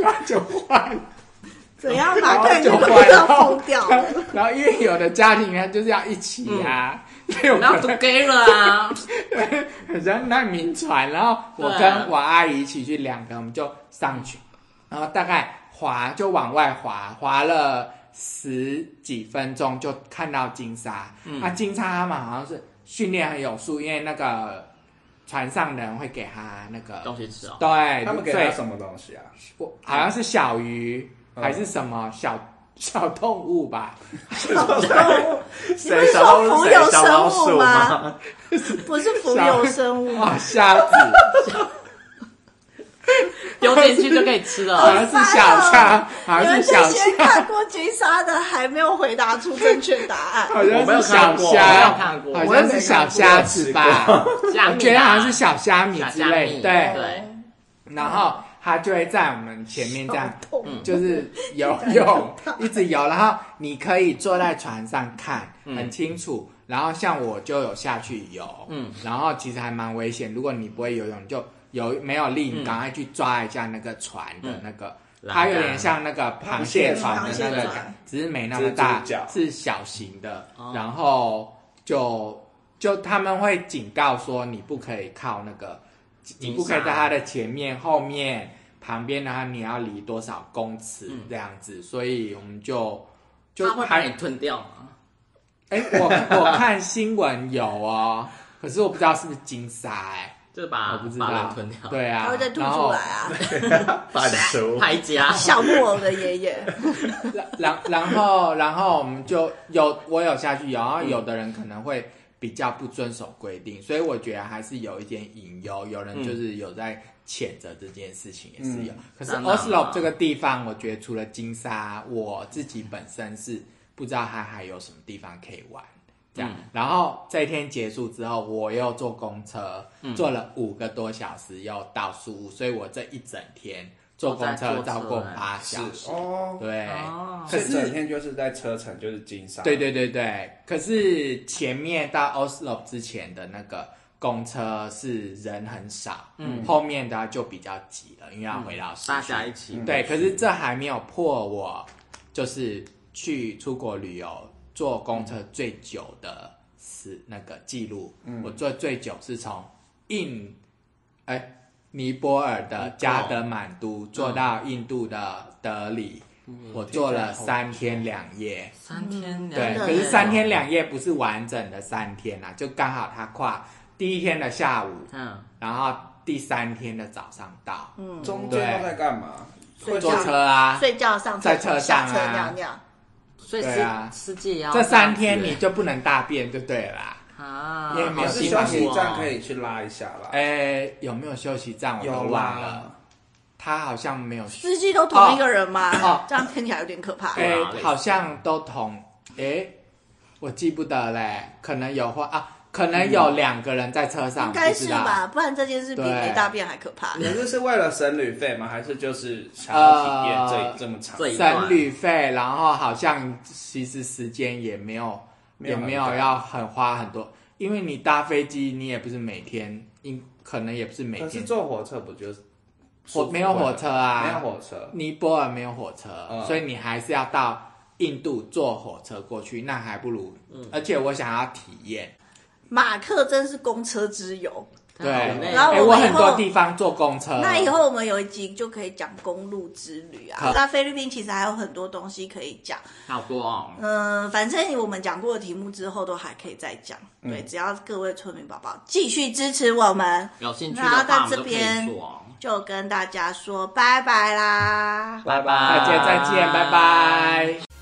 Speaker 3: 么就换。
Speaker 1: 怎样
Speaker 3: 然
Speaker 1: 嘛？
Speaker 3: 后
Speaker 1: 看你
Speaker 3: 就
Speaker 1: 就不
Speaker 3: 坏
Speaker 1: 知
Speaker 3: 了
Speaker 1: 道疯掉了。
Speaker 3: 然后因为有的家庭呢就是要一起啊，有
Speaker 5: 然后
Speaker 3: 的
Speaker 5: together 啊，
Speaker 3: 很像难民船。然后我
Speaker 5: 对啊
Speaker 3: 跟我阿姨一起去两个，我们就上去，然后大概滑就往外滑，滑了十几分钟就看到金沙。
Speaker 5: 嗯
Speaker 3: 啊，金沙他们好像是训练很有素，因为那个船上的人会给他那个
Speaker 5: 东西吃哦，
Speaker 3: 对，
Speaker 4: 他们给
Speaker 3: 最
Speaker 4: 他什么东西啊？
Speaker 3: 我好像是小鱼、
Speaker 4: 嗯
Speaker 3: 还是什么小小动物吧，
Speaker 1: 你不
Speaker 4: 谁
Speaker 1: 是
Speaker 4: 小老
Speaker 1: 说
Speaker 4: 鼠
Speaker 1: 浮
Speaker 4: 谁
Speaker 1: 游
Speaker 4: 小老
Speaker 1: 生
Speaker 4: 鼠
Speaker 1: 物吗？
Speaker 4: 吗？
Speaker 1: 不是浮游生物，
Speaker 3: 哇，虾啊子，
Speaker 5: 丢进去就可以 吃
Speaker 3: 好哦
Speaker 5: 了。
Speaker 3: 像是小叉，好
Speaker 1: 你
Speaker 3: 像
Speaker 1: 们
Speaker 3: 是
Speaker 1: 这
Speaker 3: 小
Speaker 1: 些
Speaker 3: 叉，
Speaker 1: 看过金沙的还没有回答出正确答案。
Speaker 3: 好像是小虾，好像是小虾子吧？
Speaker 5: 虾 米
Speaker 3: 我觉得好像是小虾米
Speaker 5: 小
Speaker 3: 之
Speaker 5: 虾
Speaker 3: 类，
Speaker 5: 米，
Speaker 3: 对。
Speaker 5: 对，
Speaker 3: 然后它就会在我们前面这样，嗯就是游泳，一直游。然后你可以坐在船上看，很清楚。然后像我就有下去游，嗯
Speaker 5: 嗯，
Speaker 3: 然后其实还蛮危险。如果你不会游泳，你就游没有力，你赶快去抓一下那个船的那个。
Speaker 5: 栏
Speaker 3: 它有
Speaker 5: 杆
Speaker 3: 点像那个螃蟹船的那
Speaker 1: 螃蟹
Speaker 3: 个
Speaker 1: 船
Speaker 3: 感，只是没那么大
Speaker 4: 蜘蛛脚，
Speaker 3: 是小型的。
Speaker 5: 哦
Speaker 3: 然后就就他们会警告说，你不可以靠那个你不可以在它的前面、后面、旁边，然后你要离多少公尺
Speaker 5: 嗯
Speaker 3: 这样子，所以我们就就
Speaker 5: 它会把你吞掉吗？
Speaker 3: 哎、我我看新闻有哦，可是我不知道是不是金沙哎、
Speaker 5: 就是把
Speaker 3: 我不知
Speaker 5: 啊把人
Speaker 3: 道
Speaker 5: 吞掉，
Speaker 3: 对啊，
Speaker 1: 它会再吐
Speaker 3: 然
Speaker 1: 出
Speaker 3: 后
Speaker 1: 来啊！
Speaker 4: 反刍
Speaker 5: 拍家。
Speaker 1: 小木偶的爷 爷，
Speaker 3: 然然然后然后我们就有我有下去游，然后有的人可能会比较不遵守规定，所以我觉得还是有一点隐忧，有人就是有在谴责这件事情也是有。
Speaker 5: 嗯
Speaker 3: 可是
Speaker 5: 当然
Speaker 3: Oslo
Speaker 5: 啦
Speaker 3: 这个地方，我觉得除了金沙，我自己本身是不知道它还有什么地方可以玩。这样，
Speaker 5: 嗯
Speaker 3: 然后这一天结束之后，我又坐公车，
Speaker 5: 嗯
Speaker 3: 坐了五个多小时，又到宿务，所以我这一整天坐
Speaker 5: 都在
Speaker 3: 公车
Speaker 5: 坐
Speaker 3: 超
Speaker 5: 车
Speaker 3: 过
Speaker 5: 欸
Speaker 3: 八小时。
Speaker 4: 哦，
Speaker 3: 对，
Speaker 5: 哦
Speaker 3: 可
Speaker 4: 所以整
Speaker 3: 是
Speaker 4: 天就是在车程，就是金沙。
Speaker 3: 对对对对，可是前面到 Oslo 之前的那个公车是人很少，嗯，后面的就比较挤了，因为要回到市
Speaker 5: 嗯大
Speaker 3: 区。
Speaker 5: 家一起，
Speaker 3: 对，可是这还没有破我就是去出国旅游坐公车最久的是那个记录，
Speaker 5: 嗯
Speaker 3: 我坐最久是从印哎尼泊尔的加德满都坐到印度的德里，
Speaker 5: 嗯
Speaker 3: 我坐了三天两夜。
Speaker 5: 三天
Speaker 3: 对，
Speaker 5: 两
Speaker 3: 可
Speaker 5: 夜，
Speaker 3: 是三天两夜不是完整的三天啦，就刚好他跨第一天的下午，
Speaker 5: 嗯，
Speaker 3: 然后第三天的早上到，
Speaker 4: 中间都在干嘛？
Speaker 1: 睡
Speaker 3: 坐
Speaker 1: 觉
Speaker 3: 车啊，
Speaker 1: 嗯睡觉上厕
Speaker 3: 在
Speaker 1: 所
Speaker 3: 车
Speaker 1: 下
Speaker 3: 上
Speaker 1: 车
Speaker 3: 啊
Speaker 1: 尿尿，
Speaker 5: 所以
Speaker 3: 对啊
Speaker 5: 世世界也要
Speaker 3: 这三
Speaker 5: 样子
Speaker 3: 天
Speaker 5: 欸
Speaker 3: 你就不能大便就对了啦。
Speaker 5: 啊，
Speaker 3: 因为没有
Speaker 4: 还
Speaker 5: 好
Speaker 4: 是
Speaker 5: 辛
Speaker 3: 地方
Speaker 4: 休
Speaker 5: 苦
Speaker 4: 息
Speaker 5: 哦
Speaker 4: 站可以去拉一下啦。
Speaker 3: 哎，有没有休息站我都
Speaker 5: 啊
Speaker 4: 有
Speaker 3: 忘
Speaker 4: 啦
Speaker 3: 了，，他好像没有休，
Speaker 1: 司机都同一个人吗？
Speaker 3: 哦
Speaker 1: 这样听起来有点可怕。
Speaker 3: 哎
Speaker 5: 对啊类，似
Speaker 3: 好像都同，哎，我记不得嘞，可能有或啊，可能有两个人在车上，
Speaker 1: 嗯应该
Speaker 3: 啊不知
Speaker 1: 是
Speaker 3: 道
Speaker 1: 吧，？不然这件事比
Speaker 3: 对
Speaker 1: 没大便还可怕。
Speaker 4: 你们是为了省旅费吗？还是就是想要体验这、
Speaker 3: 呃
Speaker 4: 这么长？
Speaker 5: 对
Speaker 3: 省旅费，然后好像其实时间也没有，
Speaker 4: 没有
Speaker 3: 也
Speaker 4: 很
Speaker 3: 没有要很花很多，因为你搭飞机你也不是每天，应可能也不是每
Speaker 4: 可是
Speaker 3: 天，
Speaker 4: 坐火车不就是
Speaker 3: 火没有火车啊，
Speaker 4: 没有火车，
Speaker 3: 尼泊尔没有火车，
Speaker 4: 嗯
Speaker 3: 所以你还是要到印度坐火车过去，那还不如。
Speaker 4: 嗯
Speaker 3: 而且我想要体验，
Speaker 1: 马克真是公车之友，
Speaker 5: 太
Speaker 3: 对，
Speaker 5: 好累
Speaker 1: 然后
Speaker 3: 哎
Speaker 1: 我
Speaker 3: 我
Speaker 1: 们以
Speaker 3: 很
Speaker 1: 后
Speaker 3: 多地方坐公车，
Speaker 1: 那以后我们有一集就可以讲公路之旅啊
Speaker 3: 好。
Speaker 1: 那菲律宾其实还有很多东西可以讲，
Speaker 5: 好多哦，
Speaker 1: 嗯，反正我们讲过的题目之后都还可以再讲。
Speaker 3: 嗯
Speaker 1: 对，只要各位村民宝宝继续支持我们，
Speaker 5: 有兴趣的
Speaker 1: 然后
Speaker 5: 话
Speaker 1: 到
Speaker 5: 我们
Speaker 1: 这
Speaker 5: 就可
Speaker 1: 边
Speaker 5: 以做哦。
Speaker 1: 就跟大家说拜拜啦。
Speaker 5: 拜拜，
Speaker 3: 大家再见，拜拜。